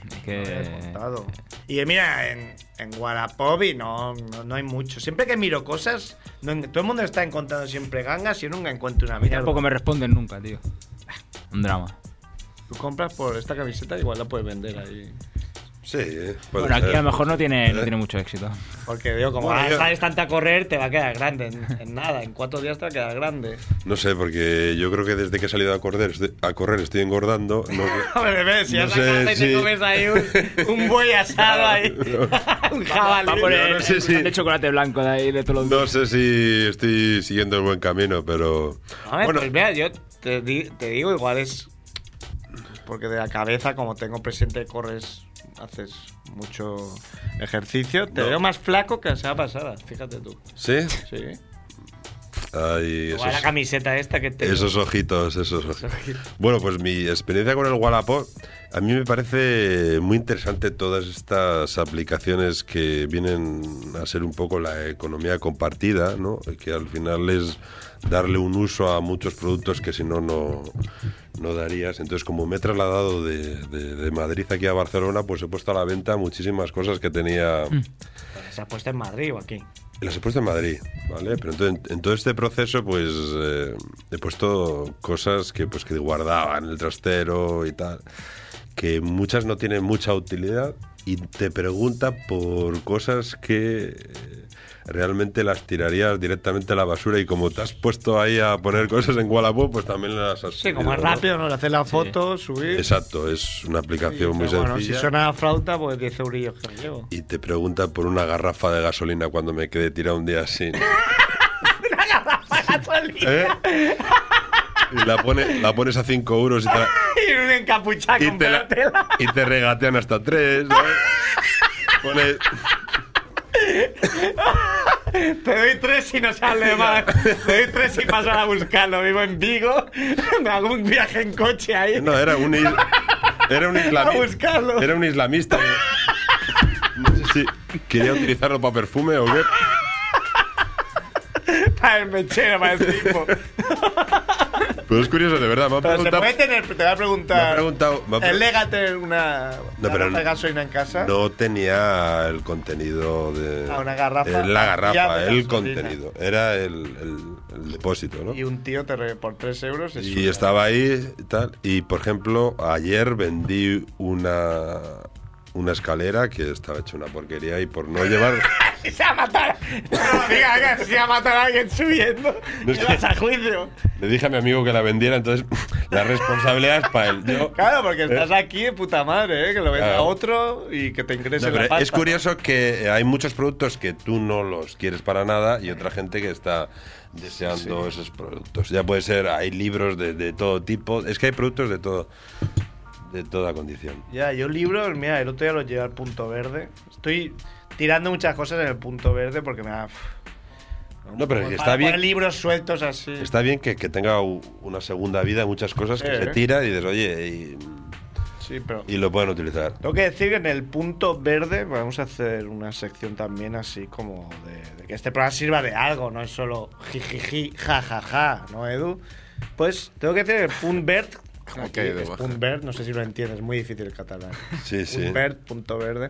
Speaker 1: No
Speaker 3: que.
Speaker 1: lo había contado. Y eh, mira, en, en Wallapop y no, no, no hay mucho. Siempre que miro cosas, no en- todo el mundo está encontrando siempre gangas y yo nunca encuentro una
Speaker 3: A mí
Speaker 1: mierda.
Speaker 3: tampoco me responden nunca, tío. Un drama.
Speaker 1: Tú compras por esta camiseta, igual la puedes vender ahí.
Speaker 4: Sí, eh, puede
Speaker 3: Bueno, aquí
Speaker 4: ser. Eh.
Speaker 3: a lo mejor no tiene, no tiene mucho éxito.
Speaker 1: Porque digo, como
Speaker 4: Bueno,
Speaker 1: ahora
Speaker 4: yo-
Speaker 1: sales tanto a correr, te va a quedar grande. En, en nada, en cuatro días te va a quedar grande.
Speaker 4: No sé, porque yo creo que desde que he salido a correr, estoy- a correr estoy engordando. No,
Speaker 1: Hombre, bebé, si
Speaker 4: No
Speaker 1: vas a
Speaker 4: sé,
Speaker 1: casa y te
Speaker 4: sí.
Speaker 1: comes ahí un, un buey asado ahí, un jabalí.
Speaker 3: Va por
Speaker 4: Yo
Speaker 3: el,
Speaker 4: no sé
Speaker 3: el
Speaker 4: si-
Speaker 3: de chocolate blanco de ahí de todos los
Speaker 4: no sé si estoy siguiendo el buen camino, pero.
Speaker 1: Hombre,
Speaker 4: bueno,
Speaker 1: pues mira, yo te, di- te digo, igual es porque de la cabeza, como tengo presente, corres, haces mucho ejercicio. Te
Speaker 4: No.
Speaker 1: veo más flaco que la semana pasada, fíjate tú.
Speaker 4: ¿sí?
Speaker 1: Sí.
Speaker 4: Ay,
Speaker 1: Igual la
Speaker 4: esos,
Speaker 1: camiseta esta que te...
Speaker 4: esos ojitos, esos ojitos.
Speaker 1: ojitos.
Speaker 4: Bueno, pues mi experiencia con el Wallapop, a mí me parece muy interesante todas estas aplicaciones que vienen a ser un poco la economía compartida, ¿no? Que al final es darle un uso a muchos productos que si no, no no darías. Entonces, como me he trasladado de, de- de Madrid aquí a Barcelona, pues he puesto a la venta muchísimas cosas que tenía...
Speaker 1: ¿Se ha puesto en Madrid o aquí?
Speaker 4: Las he puesto en Madrid, ¿vale? Pero entonces, en todo este proceso, pues eh, he puesto cosas que, pues, que guardaba en el trastero y tal, que muchas no tienen mucha utilidad y te pregunta por cosas que eh, realmente las tirarías directamente a la basura y como te has puesto ahí a poner cosas en Wallapop, pues también las has...
Speaker 1: Sí, como
Speaker 4: subido,
Speaker 1: es
Speaker 4: ¿no?
Speaker 1: rápido, ¿no? Le haces la foto, subir...
Speaker 4: Exacto, es una aplicación muy
Speaker 1: Pero bueno, si
Speaker 4: sencilla.
Speaker 1: suena a flauta, pues 10 eurillos que me llevo.
Speaker 4: Y te pregunta por una garrafa de gasolina cuando me quedé tirado un día sin... ¿Eh? Y la, pone- la pones a 5 euros y te, la-
Speaker 1: Y un encapuchado
Speaker 4: y
Speaker 1: con
Speaker 4: te la-
Speaker 1: pelotela.
Speaker 4: y te regatean hasta 3.
Speaker 1: Te doy tres y no sale mal. Te doy tres y pasan a buscarlo. Vivo en Vigo. Me hago un viaje en coche ahí.
Speaker 4: no, era un, is- era un
Speaker 1: A
Speaker 4: islamista.
Speaker 1: buscarlo.
Speaker 4: Era un islamista. No sé si quería utilizarlo para perfume o qué.
Speaker 1: Para el mechero, para el tipo.
Speaker 4: Pero es curioso, de verdad. Me han
Speaker 1: Pero se
Speaker 4: preguntado.
Speaker 1: puede tener. Te va a
Speaker 4: me han
Speaker 1: preguntar.
Speaker 4: preguntado- me han pre-
Speaker 1: ¿Es legal tener una,
Speaker 4: No,
Speaker 1: una
Speaker 4: pero
Speaker 1: garrafa de gasolina en casa?
Speaker 4: No tenía el contenido de.
Speaker 1: Ah, una garrafa.
Speaker 4: Eh, la
Speaker 1: Ya,
Speaker 4: garrafa,
Speaker 1: de
Speaker 4: el
Speaker 1: gasolina.
Speaker 4: contenido. Era el, el- el depósito, ¿no?
Speaker 1: Y un tío te re, por 3 euros. es
Speaker 4: Y
Speaker 1: una-
Speaker 4: estaba ahí y tal. Y por ejemplo, ayer vendí una, una escalera que estaba hecha una porquería y por no llevar.
Speaker 1: Si se va a matar. No, diga, diga, si se va a matar a alguien subiendo.
Speaker 4: No es que-
Speaker 1: Llevas a juicio.
Speaker 4: Le dije a mi amigo que la vendiera, entonces la responsabilidad es para él. Yo-
Speaker 1: Claro, porque
Speaker 4: Eh,
Speaker 1: estás aquí de puta madre, ¿eh? que lo venda
Speaker 4: Claro.
Speaker 1: otro y que te ingrese
Speaker 4: no,
Speaker 1: la
Speaker 4: pero
Speaker 1: pasta.
Speaker 4: es curioso que eh, hay muchos productos que tú no los quieres para nada y otra gente que está deseando esos productos. Ya puede ser, hay libros de, de todo tipo, es que hay productos de todo, de toda condición.
Speaker 1: Ya, yo libro, mira, el otro día lo llevé al punto verde. Estoy tirando muchas cosas en el punto verde porque me da.
Speaker 4: No, pero es que
Speaker 1: Para
Speaker 4: está bien.
Speaker 1: poner libros sueltos así.
Speaker 4: Está bien que, que tenga u- una segunda vida, muchas cosas que
Speaker 1: Eh.
Speaker 4: se tira y dices, oye, y,
Speaker 1: Sí, pero.
Speaker 4: y lo pueden utilizar.
Speaker 1: Tengo que decir que en el punto verde vamos a hacer una sección también así como de, de que este programa sirva de algo, no es solo jijiji, jajaja, ¿no, Edu? Pues tengo que decir que el punto verde.
Speaker 5: ¿Cómo
Speaker 1: aquí
Speaker 5: que, Edu?
Speaker 1: es punto verde, no sé si lo entiendes, muy difícil el catalán.
Speaker 4: Sí, sí.
Speaker 1: Punto verde, punto verde.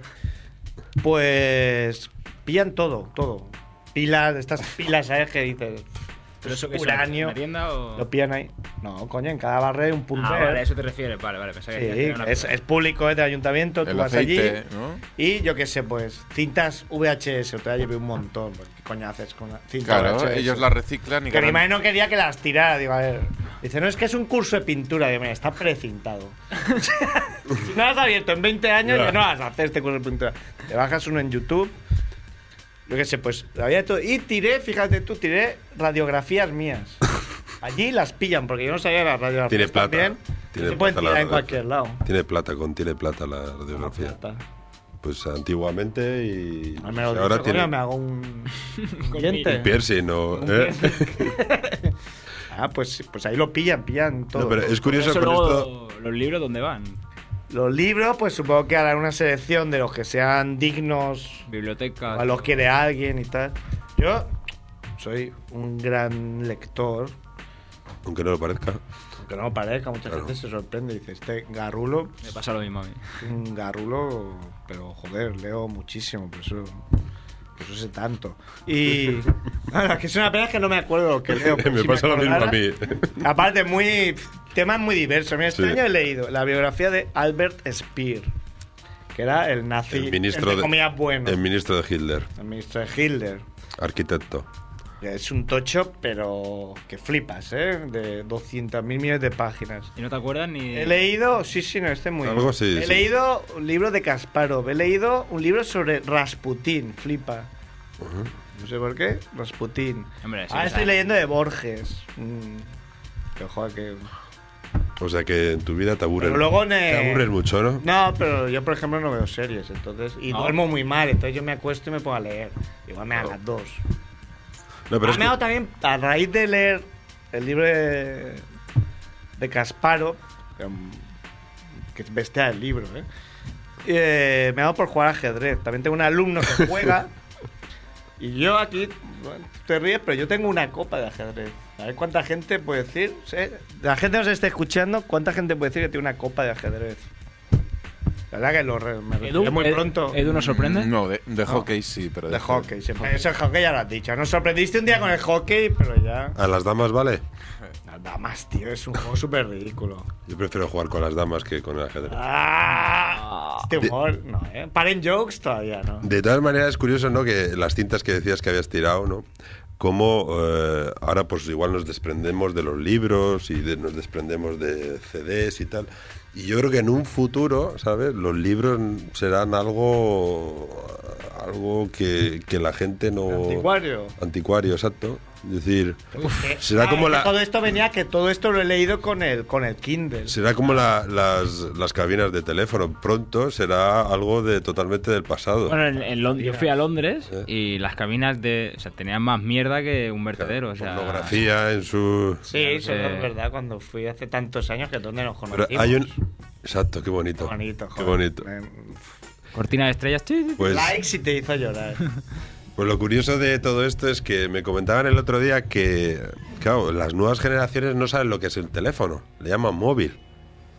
Speaker 1: Pues pillan todo, todo. Pilas, estas pilas, ¿sabes qué dices? uranio.
Speaker 3: ¿La tienda o.?
Speaker 1: Lo pillan ahí. No, coño, en cada barrio hay un punto
Speaker 3: Ah,
Speaker 1: verde.
Speaker 3: vale, a eso te refieres. Vale, vale. Pensaba que
Speaker 1: Sí,
Speaker 3: era una-
Speaker 1: es, es público, es del ayuntamiento, tú
Speaker 5: El
Speaker 1: vas
Speaker 5: aceite,
Speaker 1: allí.
Speaker 5: ¿no?
Speaker 1: Y yo qué sé, pues, cintas VHS, otra vez llevé un montón. porque ¿Qué coño haces con la cinta
Speaker 5: Claro,
Speaker 1: VHS?
Speaker 5: ellos las reciclan y
Speaker 1: Que mi madre
Speaker 5: ganan-
Speaker 1: no quería que las tirara, digo, a ver. Dice, no, es que es un curso de pintura. Digo, mira, está precintado. si no has abierto en 20 años,
Speaker 4: Ya.
Speaker 1: ya no vas a hacer este curso de pintura. Te bajas uno en YouTube, yo qué sé, pues, había de todo. Y tiré, fíjate tú, tiré radiografías mías. Allí las pillan, porque yo no sabía las radiografías.
Speaker 4: Tiene plata.
Speaker 1: También,
Speaker 4: Tiene
Speaker 1: se pueden
Speaker 4: plata la
Speaker 1: tirar en
Speaker 4: radiografía.
Speaker 1: cualquier lado.
Speaker 4: Tiene plata, contiene plata la radiografía.
Speaker 1: Plata.
Speaker 4: Pues antiguamente y
Speaker 1: Al menos
Speaker 4: y ahora
Speaker 1: dicho, coño, me
Speaker 4: tiene
Speaker 1: hago un
Speaker 3: Con
Speaker 1: diente.
Speaker 4: piercing o... ¿eh?
Speaker 1: Ah, pues, pues ahí lo pillan, pillan todo.
Speaker 4: No, pero es curioso
Speaker 3: Eso
Speaker 4: con esto...
Speaker 3: luego, los libros, ¿dónde van?
Speaker 1: Los libros, pues supongo que harán una selección de los que sean dignos,
Speaker 3: Bibliotecas.
Speaker 1: a los que de alguien y tal. Yo soy un gran lector,
Speaker 4: Aunque no lo parezca.
Speaker 1: aunque no parezca, mucha
Speaker 4: Claro.
Speaker 1: gente se sorprende y dice, este garrulo,
Speaker 3: Me pasa lo mismo a mí.
Speaker 1: un garrulo, pero joder, leo muchísimo, por eso, por eso sé tanto. Y bueno, es que es una pena que no me acuerdo lo que leo. porque
Speaker 4: me
Speaker 1: si
Speaker 4: pasa lo mismo a
Speaker 1: acordara-
Speaker 4: mí.
Speaker 1: Aparte, muy temas muy diversos. Mira, este
Speaker 4: Sí.
Speaker 1: año he leído la biografía de Albert Speer, que era el nazi,
Speaker 4: El ministro,
Speaker 1: entre
Speaker 4: de,
Speaker 1: comillas, bueno,
Speaker 4: el ministro de Hitler,
Speaker 1: el ministro de Hitler.
Speaker 4: arquitecto.
Speaker 1: Es un tocho, pero que flipas, ¿eh? De 200.000 millones de páginas.
Speaker 3: Y no te acuerdas ni.
Speaker 1: He leído, sí, sí, no, este muy
Speaker 4: Algo así,
Speaker 1: He
Speaker 4: sí.
Speaker 1: leído un libro de Kasparov, he leído un libro sobre Rasputín, flipa. No sé por qué, Rasputín.
Speaker 3: Hombre, sí,
Speaker 1: Ahora
Speaker 3: o sea,
Speaker 1: estoy leyendo de Borges. Mm, Que joder, que
Speaker 4: O sea que en tu vida te aburren.
Speaker 1: Pero luego en,
Speaker 4: Te
Speaker 1: eh,
Speaker 4: aburren mucho, ¿no?
Speaker 1: No, pero yo, por ejemplo, no veo series, entonces. Y
Speaker 3: No.
Speaker 1: duermo muy mal, entonces yo me acuesto y me pongo a leer. Igual me da a las dos.
Speaker 4: No, pero
Speaker 1: Ah,
Speaker 4: es que-
Speaker 1: me ha dado también, a raíz de leer el libro de, de Casparo, que, mm, que es bestia el libro, ¿eh? Eh, me ha dado por jugar ajedrez. También tengo un alumno que juega. y yo aquí, bueno, te ríes, pero yo tengo una copa de ajedrez. A ver cuánta gente puede decir. sé- La gente nos está escuchando, ¿cuánta gente puede decir que tiene una copa de ajedrez? La verdad que lo re- me refiero muy
Speaker 3: Ed-
Speaker 1: pronto.
Speaker 3: Edu nos sorprende.
Speaker 5: No, de, de hockey sí, pero
Speaker 1: De hockey, siempre. Eso el hockey ya lo has dicho. Nos sorprendiste un día con el hockey, pero ya.
Speaker 4: ¿A las damas vale?
Speaker 1: Las damas, tío, es un juego súper ridículo.
Speaker 4: Yo prefiero jugar con las damas que con el ajedrez.
Speaker 1: ¡Ah! Este humor, no, ¿eh? Paren jokes todavía, ¿no?
Speaker 4: De todas maneras, es curioso, ¿no? Que las cintas que decías que habías tirado, ¿no? Cómo eh, ahora, pues igual nos desprendemos de los libros y de- nos desprendemos de CDs y tal. Y yo creo que en un futuro, ¿sabes? Los libros serán algo. algo que, que la gente no.
Speaker 1: Anticuario.
Speaker 4: Anticuario, exacto. Es decir.
Speaker 1: Eh,
Speaker 4: será
Speaker 1: ah,
Speaker 4: como
Speaker 1: que
Speaker 4: la.
Speaker 1: Todo esto venía que todo esto lo he leído con el, con el Kindle.
Speaker 4: Será como la- las, las cabinas de teléfono. Pronto será algo de totalmente del pasado.
Speaker 3: Bueno, en, en Lond- yo fui a Londres y las cabinas de. O sea, tenían más mierda que un vertedero. O sea,
Speaker 4: Pornografía en su.
Speaker 1: Sí, eso
Speaker 3: que-
Speaker 1: es verdad, cuando fui hace tantos años que donde nos
Speaker 4: Pero
Speaker 1: conocimos.
Speaker 4: hay un. Exacto, qué bonito.
Speaker 1: Bonito,
Speaker 4: Qué
Speaker 1: joder.
Speaker 4: bonito.
Speaker 1: Eh,
Speaker 3: Cortina de estrellas.
Speaker 4: Pues,
Speaker 1: Likes y te hizo llorar.
Speaker 4: pues lo curioso de todo esto es que me comentaban el otro día que, claro, las nuevas generaciones no saben lo que es el teléfono, le llaman móvil.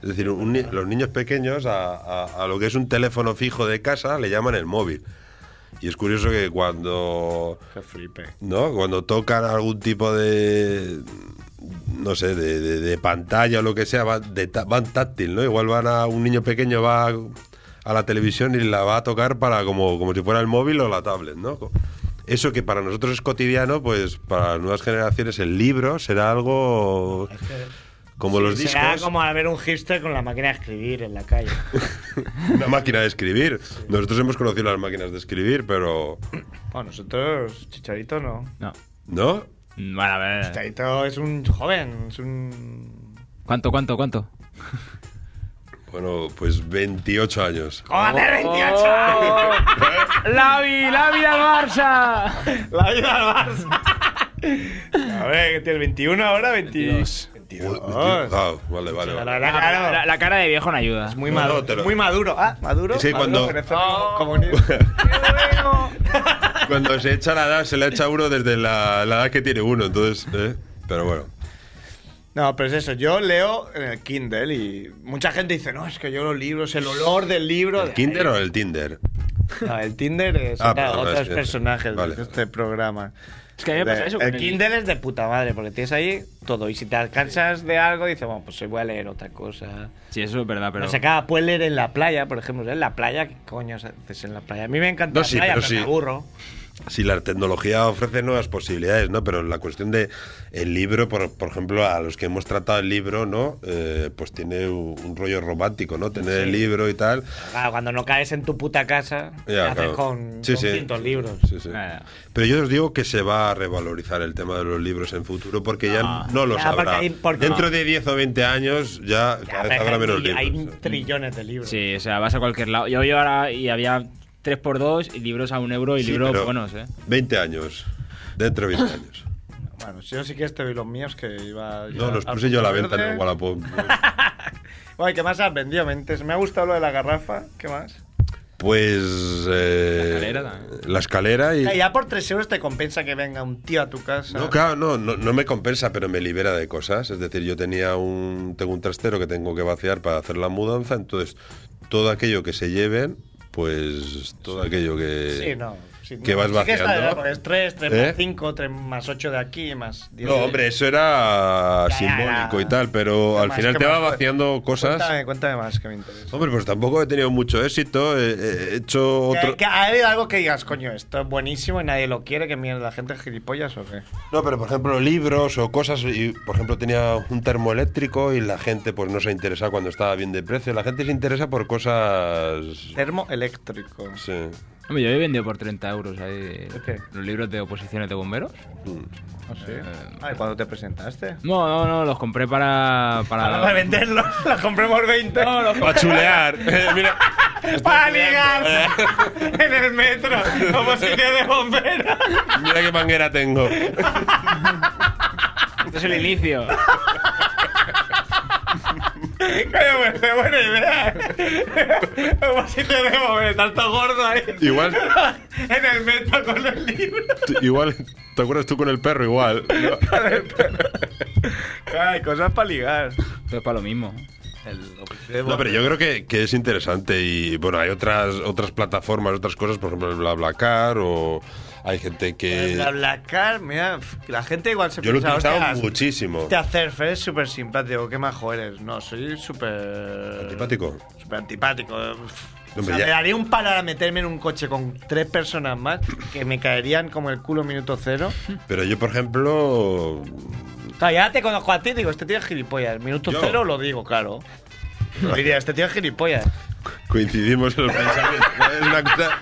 Speaker 4: Es decir, un ni- los niños pequeños a, a- a lo que es un teléfono fijo de casa le llaman el móvil. Y es curioso que cuando
Speaker 1: Qué flipe.
Speaker 4: ¿no? Cuando tocan algún tipo de. No sé, de, de- de pantalla o lo que sea, van, de ta- van táctil, ¿no? Igual van a un niño pequeño, va a la televisión y la va a tocar para como, como si fuera el móvil o la tablet, ¿no? Co- Eso que para nosotros es cotidiano, pues para las nuevas generaciones el libro será algo como los discos,
Speaker 1: Será como al ver un hipster con la máquina de escribir en la calle.
Speaker 4: una máquina de escribir. Nosotros hemos conocido las máquinas de escribir, pero...
Speaker 1: bueno, nosotros, Chicharito no.
Speaker 3: No.
Speaker 4: ¿No?
Speaker 3: Bueno, a ver.
Speaker 1: Chicharito es un joven, es un
Speaker 3: ¿Cuánto, cuánto, cuánto?
Speaker 4: Bueno, pues 28 años.
Speaker 1: ¡Joder, 28!
Speaker 3: ¡Lavi! ¡Lavi al Barça!
Speaker 1: La vida al Barça. A ver, que tiene el 21 ahora, 22. 22.
Speaker 4: Ah, vale, vale.
Speaker 1: La
Speaker 4: vale.
Speaker 1: verdad, claro,
Speaker 3: La, la cara de viejo no ayuda.
Speaker 1: Muy,
Speaker 4: No, no,
Speaker 1: maduro,
Speaker 4: te lo-
Speaker 1: muy maduro. Ah, maduro.
Speaker 4: Es que
Speaker 1: Maduro,
Speaker 4: cuando-
Speaker 1: venezolano, comunista.
Speaker 4: Cuando se echa la edad, se la echa a uno desde la, la edad que tiene uno, entonces. ¿eh? Pero bueno.
Speaker 1: No, pero es eso. Yo leo en el Kindle y mucha gente dice, no, es que yo los libros, el olor del libro.
Speaker 4: ¿El Kinder o el Tinder?
Speaker 1: No, el Tinder es
Speaker 4: Ah,
Speaker 1: otra-
Speaker 4: perdón,
Speaker 1: otros
Speaker 4: es que-
Speaker 1: personajes
Speaker 4: vale.
Speaker 1: de este programa.
Speaker 3: Es que a mí me
Speaker 1: De-
Speaker 3: pasa eso. con
Speaker 1: El Kindle es de puta madre, porque tienes ahí todo. Y si te alcanzas de algo, dices, bueno, pues hoy voy a leer otra cosa.
Speaker 3: Sí, eso es verdad, pero.
Speaker 1: No se acaba, puedes leer en la playa, por ejemplo. En la playa, ¿qué coño haces en la playa? A mí me encanta
Speaker 4: No,
Speaker 1: la
Speaker 4: sí,
Speaker 1: playa,
Speaker 4: pero
Speaker 1: pero
Speaker 4: sí.
Speaker 1: me aburro.
Speaker 4: si la tecnología ofrece nuevas posibilidades, ¿no? Pero la cuestión de el libro, por, por ejemplo, a los que hemos tratado el libro, ¿no? Eh, pues tiene un, un rollo romántico, ¿no? Tener el libro y tal.
Speaker 1: Claro, cuando no caes en tu puta casa,
Speaker 4: Ya,
Speaker 1: ¿qué haces
Speaker 4: claro.
Speaker 1: con,
Speaker 4: Sí,
Speaker 1: con
Speaker 4: sí.
Speaker 1: 500 libros.
Speaker 4: Sí, sí.
Speaker 1: Eh,
Speaker 3: Nada.
Speaker 4: Pero yo os digo que se va a revalorizar el tema de los libros en futuro porque ya no los
Speaker 1: Ah. Ya, porque
Speaker 4: habrá.
Speaker 1: hay- porque-
Speaker 4: Dentro de 10 o 20 años ya,
Speaker 1: Ya,
Speaker 4: cada
Speaker 1: pero
Speaker 4: vez
Speaker 1: es
Speaker 4: habrá
Speaker 1: que
Speaker 4: menos
Speaker 1: hay-
Speaker 4: libros.
Speaker 1: Hay
Speaker 4: ¿no?
Speaker 1: trillones de libros.
Speaker 3: Sí, o sea, vas a cualquier lado. Yo iba ahora y había 3x2 y libros a un euro y
Speaker 4: Sí,
Speaker 3: libros
Speaker 4: pero
Speaker 3: buenos, ¿eh?
Speaker 4: 20 años. Dentro de 20 años.
Speaker 1: Bueno, si yo sí que te vi los míos que iba.
Speaker 4: No,
Speaker 1: iba
Speaker 4: los
Speaker 1: al
Speaker 4: puse yo a la
Speaker 1: punto
Speaker 4: venta en el
Speaker 1: verde.
Speaker 4: Wallapop.
Speaker 1: Oye, ¿qué más has vendido, Mentes? Me ha gustado lo de la garrafa. ¿Qué más?
Speaker 4: Pues. eh,
Speaker 3: La escalera también.
Speaker 4: La escalera y.
Speaker 1: Ya, ya por 3 euros te compensa que venga un tío a tu casa.
Speaker 4: No, claro, no, no, no me compensa, pero me libera de cosas. Es decir, yo tenía un, tengo un trastero que tengo que vaciar para hacer la mudanza, entonces todo aquello que se lleven, pues todo aquello que...
Speaker 1: Sí, no. sí,
Speaker 4: Eh, que
Speaker 1: no.
Speaker 4: vas
Speaker 1: Sí que está,
Speaker 4: vaciando.
Speaker 1: ya, porque es 3, 3
Speaker 4: ¿Eh?
Speaker 1: más 5, 3 más 8 de aquí, más 10.
Speaker 4: No, hombre, eso era
Speaker 1: eh. Ya, ya, ya.
Speaker 4: simbólico y tal, pero
Speaker 1: ¿Qué
Speaker 4: al
Speaker 1: más?
Speaker 4: final
Speaker 1: ¿Qué
Speaker 4: te va
Speaker 1: más?
Speaker 4: vaciando cosas.
Speaker 1: Cuéntame, cuéntame más que me interesa.
Speaker 4: Hombre, pues tampoco he tenido mucho éxito, he, he hecho
Speaker 1: ¿Que-
Speaker 4: otro...
Speaker 1: que ¿Ha habido algo que digas, coño, esto es buenísimo y nadie lo quiere? ¿Que mierda, la gente es gilipollas o qué?
Speaker 4: No, pero por ejemplo libros o cosas, y, por ejemplo tenía un termoeléctrico y la gente pues no se interesa cuando estaba bien de precio, la gente se interesa por cosas...
Speaker 1: Termo eléctrico.
Speaker 4: Sí.
Speaker 3: Hombre, yo he vendido por 30 euros ahí
Speaker 1: ¿Qué?
Speaker 3: los libros de oposiciones de bomberos.
Speaker 1: ¿Ah, sí?
Speaker 4: Eh,
Speaker 1: Ah, ¿y cuándo te presentaste?
Speaker 3: No, no, no, los compré para.
Speaker 1: Para para venderlo, lo compré por 20.
Speaker 3: No, los
Speaker 4: Para chulear. Eh, mira,
Speaker 1: ¡Para ligar! en el metro, como si de bombero.
Speaker 4: mira qué manguera tengo.
Speaker 3: Este es el inicio.
Speaker 1: Coño, pues qué buena idea. como si te de bombero, tanto gordo ahí.
Speaker 4: Igual,
Speaker 1: en el metro con los libros.
Speaker 4: t- igual, ¿te acuerdas tú con el perro igual? ¿no?
Speaker 1: Ay, cosas para ligar.
Speaker 3: Esto es pues, para lo mismo.
Speaker 4: No, pero yo creo que, que es interesante y bueno, hay otras otras plataformas, otras cosas, por ejemplo el BlaBlaCar o hay gente que...
Speaker 1: La Blacar, mira, f- la gente igual se
Speaker 4: Yo lo he
Speaker 1: piensa,
Speaker 4: utilizado
Speaker 1: "Hostias,
Speaker 4: muchísimo.
Speaker 1: Te hacer es súper simpático, qué majo eres. No, soy súper.
Speaker 4: Antipático.
Speaker 1: Súper antipático. eh, pf. O
Speaker 4: Hombre,
Speaker 1: sea,
Speaker 4: ya-
Speaker 1: me daría un palo a meterme en un coche con tres personas más que me caerían como el culo minuto cero.
Speaker 4: Pero yo, por ejemplo,
Speaker 1: Claro, ya te conozco a ti, digo, este tío es gilipollas. Minuto
Speaker 4: Yo.
Speaker 1: cero lo digo, claro. Diría, este tío es gilipollas.
Speaker 4: coincidimos en los pensamientos. Es una cosa-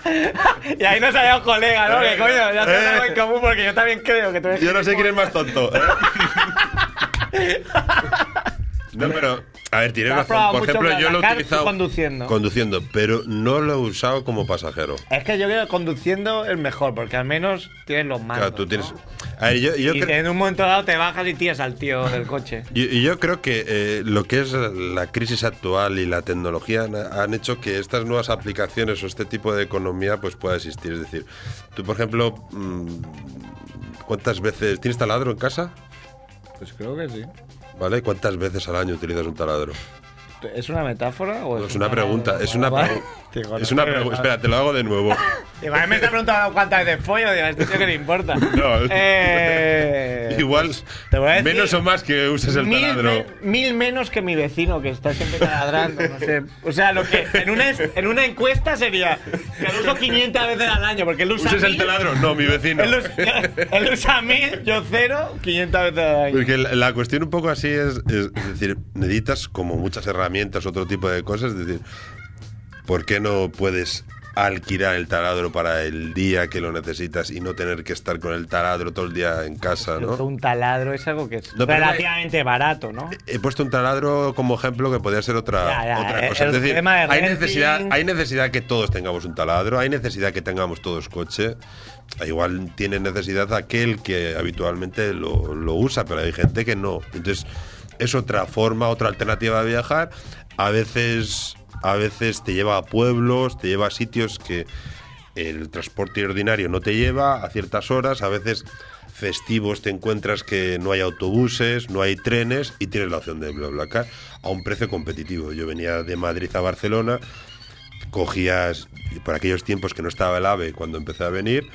Speaker 1: Y ahí nos ha dado un colega, ¿no? Que coño, ya tenemos algo en común porque Eh. yo también creo que tú eres
Speaker 4: Yo no sé quién es más tonto. ¿eh? No, pero, a ver, tienes
Speaker 1: Has
Speaker 4: razón.
Speaker 1: probado
Speaker 4: Por
Speaker 1: mucho
Speaker 4: ejemplo, yo lo he
Speaker 1: Blablacar tú
Speaker 4: utilizado
Speaker 1: conduciendo.
Speaker 4: conduciendo, pero no lo he usado como pasajero.
Speaker 1: Es que yo creo que conduciendo es mejor, porque al menos tienes los mandos.
Speaker 4: Claro, tú tienes.
Speaker 1: ¿no?
Speaker 4: A ver, yo, yo
Speaker 1: Y
Speaker 4: cre-
Speaker 1: en un momento dado te bajas y tiras al tío del coche.
Speaker 4: yo- y yo creo que eh, lo que es la crisis actual y la tecnología han, han hecho que estas nuevas aplicaciones o este tipo de economía pues pueda existir. Es decir, tú, por ejemplo, mm, ¿cuántas veces tienes taladro en casa?
Speaker 1: Pues creo que sí.
Speaker 4: ¿Vale? ¿Cuántas veces al año utilizas un taladro?
Speaker 1: ¿Es una metáfora o
Speaker 4: No, es una pregunta, es una
Speaker 1: Vale.
Speaker 4: pregunta.
Speaker 1: Digo,
Speaker 4: Es
Speaker 1: no
Speaker 4: una
Speaker 1: creo,
Speaker 4: pregunta.
Speaker 1: vale.
Speaker 4: Espera, te lo hago de nuevo.
Speaker 1: Digo, a mí me está preguntando cuántas veces follo, digo, a este tío que le importa.
Speaker 4: No.
Speaker 1: Eh,
Speaker 4: Igual,
Speaker 1: te voy a decir-
Speaker 4: menos o más que uses el
Speaker 1: mil,
Speaker 4: taladro.
Speaker 1: me- mil menos que mi vecino que está siempre taladrando. no sé. O sea, lo que en una, es- en una encuesta sería que lo uso 500 veces al año, porque él usa
Speaker 4: ¿Uses el
Speaker 1: mil,
Speaker 4: taladro? No, mi vecino.
Speaker 1: Él usa, él usa mil, yo cero, 500 veces al año.
Speaker 4: Porque la, la cuestión un poco así es, es, es decir, necesitas como muchas herramientas, otro tipo de cosas, es decir, ¿por qué no puedes alquilar el taladro para el día que lo necesitas y no tener que estar con el taladro todo el día en casa,
Speaker 1: Yo creo que
Speaker 4: no?
Speaker 1: Un taladro es algo que es
Speaker 4: No, pero
Speaker 1: relativamente barato, ¿no?
Speaker 4: He puesto un taladro como ejemplo que podría ser otra,
Speaker 1: Ya, ya,
Speaker 4: otra
Speaker 1: el-
Speaker 4: cosa.
Speaker 1: el
Speaker 4: es decir,
Speaker 1: tema de
Speaker 4: hay
Speaker 1: renting.
Speaker 4: necesidad, hay necesidad que todos tengamos un taladro, hay necesidad que tengamos todos coche. Igual tiene necesidad aquel que habitualmente lo, lo usa, pero hay gente que no. Entonces, es otra forma, otra alternativa de viajar. A veces, a veces te lleva a pueblos, te lleva a sitios que el transporte ordinario no te lleva a ciertas horas, a veces festivos te encuentras que no hay autobuses, no hay trenes y tienes la opción de BlaBlaCar a un precio competitivo. Yo venía de Madrid a Barcelona, cogías, y por aquellos tiempos que no estaba el AVE cuando empecé a venir,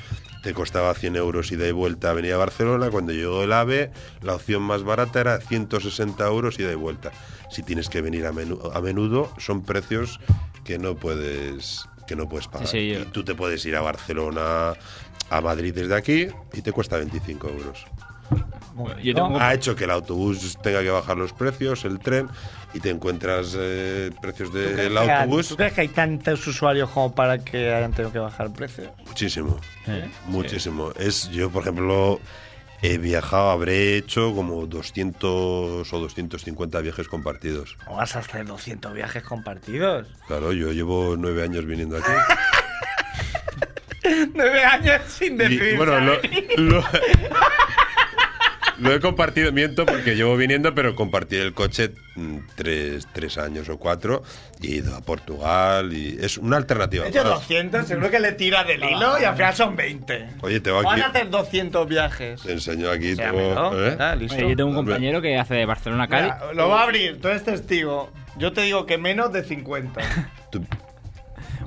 Speaker 4: te costaba 100 euros ida y vuelta venía a Barcelona, cuando llegó el AVE la opción más barata era 160 euros ida y vuelta. Si tienes que venir a, menu- a menudo son precios que no puedes que no puedes pagar.
Speaker 3: sí, yo-
Speaker 4: Y tú te puedes ir a Barcelona a Madrid desde aquí y te cuesta 25 euros.
Speaker 3: Yo tengo-
Speaker 4: Ha hecho que el autobús tenga que bajar los precios, el tren, y te encuentras eh, precios del autobús
Speaker 1: ¿Tú crees que hay tantos usuarios como para que hayan tenido que bajar el precio?
Speaker 4: Muchísimo. Muchísimo. Es, yo, por ejemplo, he viajado, habré hecho como 200 o 250 viajes compartidos.
Speaker 1: ¿O vas a hacer 200 viajes compartidos?
Speaker 4: Claro, yo llevo nueve años viniendo aquí.
Speaker 1: Nueve años sin
Speaker 4: Y,
Speaker 1: decir.
Speaker 4: bueno, lo,
Speaker 1: ¿sabes?
Speaker 4: lo- lo he compartido, miento, porque llevo viniendo, pero compartí el coche mm, tres, tres años o cuatro y he ido a Portugal y es una alternativa.
Speaker 1: He hecho
Speaker 4: más.
Speaker 1: 200, seguro que le tira del hilo y al final son 20.
Speaker 4: Oye, te va
Speaker 1: Van a
Speaker 4: aquí.
Speaker 1: hacer 200 viajes.
Speaker 4: Te enseño aquí.
Speaker 1: Ya,
Speaker 4: tengo-
Speaker 1: ¿no?
Speaker 4: ¿eh?
Speaker 1: Ya, listo.
Speaker 3: Oye, yo tengo un
Speaker 4: Hombre.
Speaker 3: compañero que hace de Barcelona a Cádiz.
Speaker 1: Ah, Mira, lo va a abrir, tú eres testigo. Yo te digo que menos de 50.
Speaker 4: Tú-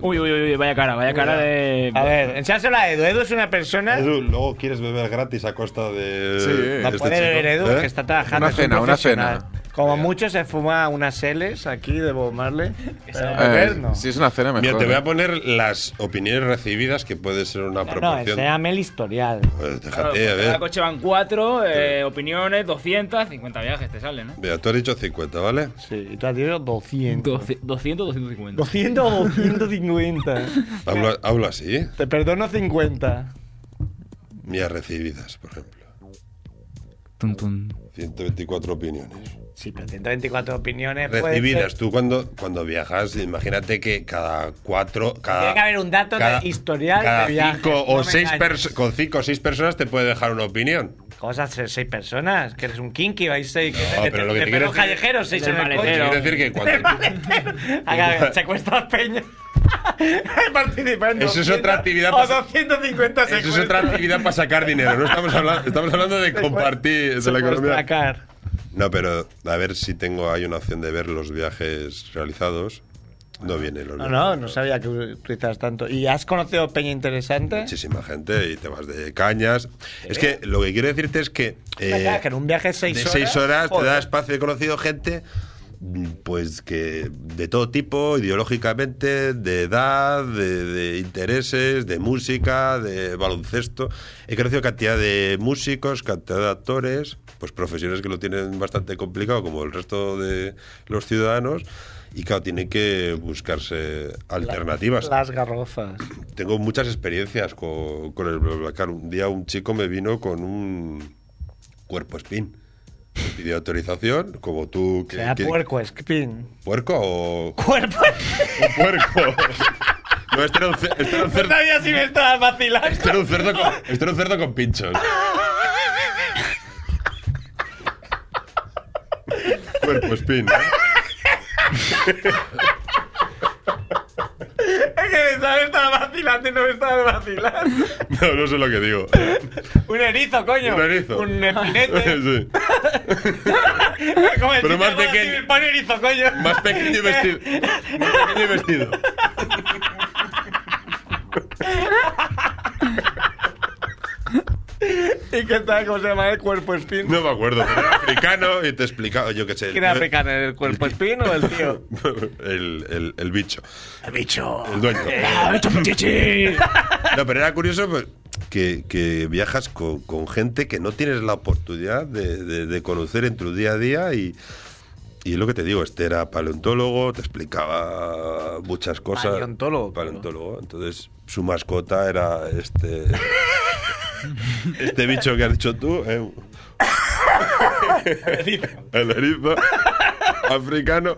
Speaker 3: Uy, uy, uy, vaya cara, vaya cara de.
Speaker 1: A ver, ensánsela a Edu. Edu es una persona.
Speaker 4: Edu, luego quieres beber gratis a costa de.
Speaker 5: Sí,
Speaker 4: de
Speaker 5: va a
Speaker 1: No
Speaker 4: este
Speaker 1: puede beber
Speaker 4: chico,
Speaker 1: Edu,
Speaker 4: ¿eh?
Speaker 1: que está trabajando.
Speaker 5: Una
Speaker 1: es un
Speaker 5: cena, una
Speaker 1: profesional.
Speaker 5: cena.
Speaker 1: Como mucho se fuma unas L's aquí de Bob Marley. Pero
Speaker 4: Eh,
Speaker 1: beber no.
Speaker 5: Eh, Si es una cena mejor.
Speaker 4: Mira, te voy a
Speaker 5: ¿eh?
Speaker 4: poner las opiniones recibidas, que puede ser una
Speaker 1: No, no,
Speaker 4: proporción.
Speaker 1: enséñame el historial.
Speaker 4: Pues déjate,
Speaker 3: Claro,
Speaker 4: a
Speaker 3: cada
Speaker 4: ver.
Speaker 3: coche van cuatro, eh, opiniones, 200, 50 viajes te salen, ¿no?
Speaker 4: Mira, tú has dicho 50, ¿vale?
Speaker 1: Sí, y tú has dicho 200.
Speaker 3: 200, 250.
Speaker 1: 200 o 250.
Speaker 4: Hablo, hablo así. ¿eh?
Speaker 1: Te perdono 50.
Speaker 4: Mías recibidas, por ejemplo.
Speaker 3: Tum, tum.
Speaker 4: 124 opiniones.
Speaker 1: Sí, pero 124 opiniones. puede
Speaker 4: Recibidas.
Speaker 1: ser.
Speaker 4: Tú cuando, cuando viajas, imagínate que cada cuatro. Cada,
Speaker 1: Tiene que haber un dato de historial de
Speaker 4: cada
Speaker 1: viajes,
Speaker 4: cinco o
Speaker 1: no me
Speaker 4: seis
Speaker 1: engañes.
Speaker 4: perso- con cinco o seis personas te puede dejar una opinión.
Speaker 1: Cosas ser seis personas, que eres un kinky, vais seis.
Speaker 4: No,
Speaker 1: que
Speaker 4: pero
Speaker 1: te,
Speaker 4: lo que
Speaker 1: te
Speaker 4: te quiero
Speaker 1: pelos
Speaker 4: decir-
Speaker 1: callejeros, seis en
Speaker 3: Del
Speaker 1: el
Speaker 3: maletero.
Speaker 1: coche.
Speaker 4: Quiero decir que cuando.
Speaker 1: Haga, secuestras peña. Participando.
Speaker 4: Eso es otra actividad
Speaker 1: O
Speaker 4: para-
Speaker 1: 250
Speaker 4: Eso es otra actividad para sacar dinero. No estamos hablando, estamos hablando de compartir de la economía.
Speaker 1: Sacar.
Speaker 4: No, pero a ver si tengo hay una opción de ver los viajes realizados. No vienen los
Speaker 1: No,
Speaker 4: viajes.
Speaker 1: no, no sabía que utilizas tanto. ¿Y has conocido peña interesante?
Speaker 4: Muchísima gente y te vas de cañas. Es que lo que quiero decirte es que, eh,
Speaker 1: Venga, que en un viaje de seis
Speaker 4: de
Speaker 1: horas.
Speaker 4: seis horas te da
Speaker 1: joder.
Speaker 4: espacio. He conocido gente mm, pues que de todo tipo, ideológicamente, de edad, de, de intereses, de música, de baloncesto. He conocido cantidad de músicos, cantidad de actores, pues profesiones que lo tienen bastante complicado, como el resto de los ciudadanos. Y claro, tienen que buscarse alternativas
Speaker 1: Las garrofas.
Speaker 4: tengo muchas experiencias con, con el BlaBlaCar. Un día un chico me vino con un cuerpo spin. Me pidió autorización, como tú.
Speaker 1: O
Speaker 4: Que,
Speaker 1: sea,
Speaker 4: que-
Speaker 1: puerco, spin.
Speaker 4: ¿Puerco o
Speaker 1: Cuerpo.
Speaker 4: un puerco? no, este era un, ce- este era un
Speaker 1: No
Speaker 4: cerdo.
Speaker 1: sabía si me estabas vacilando.
Speaker 4: Este era un cerdo con, este era un cerdo con pinchos. Cuerpo spin. ¿eh?
Speaker 1: Es que pensaba que estaba vacilando y no me estaba vacilando.
Speaker 4: No, no sé lo que digo.
Speaker 1: Un erizo, coño.
Speaker 4: Un erizo.
Speaker 1: Un espinete.
Speaker 4: Sí.
Speaker 1: Como el
Speaker 4: Pero más
Speaker 1: chiste de Guardia
Speaker 4: pequeño.
Speaker 1: Civil, pon erizo, coño.
Speaker 4: Más pequeño y vestido. Más pequeño y vestido.
Speaker 1: ¿Y qué tal? ¿Cómo se llama el cuerpo spin?
Speaker 4: No me acuerdo, pero era africano y te explicaba, yo qué sé.
Speaker 1: ¿Quién era pecano? ¿El cuerpo spin o el tío?
Speaker 4: El, el, el bicho,
Speaker 1: El bicho. Eh,
Speaker 4: el dueño.
Speaker 3: ¡Pichichi!
Speaker 4: No, pero era curioso pues, que, que viajas con, con gente que no tienes la oportunidad de, de- de conocer en tu día a día y, y lo que te digo, este era paleontólogo, te explicaba muchas cosas.
Speaker 1: Paleontólogo, claro.
Speaker 4: Paleontólogo. Entonces, su mascota era este... este bicho que has dicho tú, eh, el erizo africano.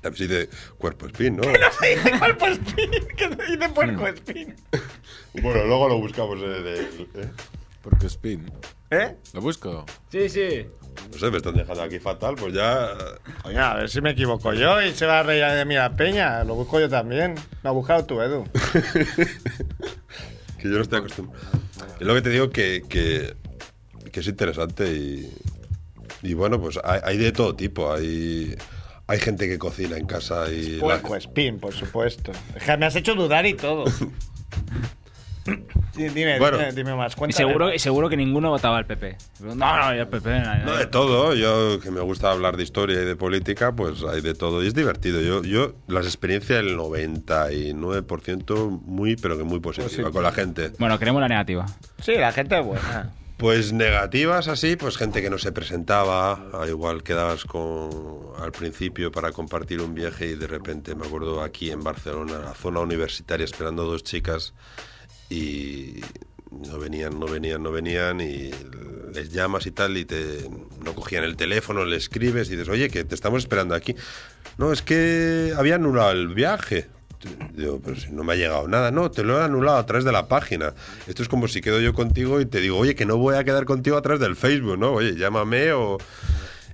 Speaker 4: También se dice cuerpo spin, ¿no?
Speaker 1: dice cuerpo spin? ¿Qué te dice
Speaker 4: Hmm.
Speaker 1: puerco spin?
Speaker 4: Bueno, luego lo buscamos. eh, de- eh.
Speaker 5: Porque spin.
Speaker 1: ¿Eh?
Speaker 5: Lo busco.
Speaker 3: Sí, sí.
Speaker 4: No sé, me están dejando aquí fatal, pues ya.
Speaker 1: Coño, a ver si me equivoco yo y se va a reír de mí la peña. Lo busco yo también. Lo has buscado tú, Edu.
Speaker 4: Que yo no estoy acostumbrado. Es lo que te digo que, que, que es interesante y. Y bueno, pues hay, hay de todo tipo. Hay, hay gente que cocina en casa y. la-
Speaker 1: Pues, Puerco spin, por supuesto. Es que me has hecho dudar y todo. Di- Dime,
Speaker 4: Bueno.
Speaker 1: dime, dime más.
Speaker 3: Y
Speaker 1: Cuéntame.
Speaker 3: seguro, y seguro que ninguno votaba al PP. No, no, yo al PP. no,
Speaker 4: No, eh.
Speaker 3: no.
Speaker 4: de todo. Yo, que me gusta hablar de historia y de política, pues hay de todo. Y es divertido. Yo, yo las experiencias del 99% muy, pero que muy positiva con la gente.
Speaker 3: Bueno, queremos la negativa.
Speaker 1: Sí, la gente es buena.
Speaker 4: Pues negativas así, pues gente que no se presentaba, a igual quedabas con al principio para compartir un viaje y de repente me acuerdo aquí en Barcelona, en la zona universitaria, esperando dos chicas y no venían, no venían, no venían y les llamas y tal y te no cogían el teléfono, le escribes y dices, oye, que te estamos esperando aquí. No, es que había anulado el viaje. Digo, pero si no me ha llegado nada, no, te lo he anulado a través de la página. Esto es como si quedo yo contigo y te digo, oye, que no voy a quedar contigo a través del Facebook, ¿no? Oye, llámame o...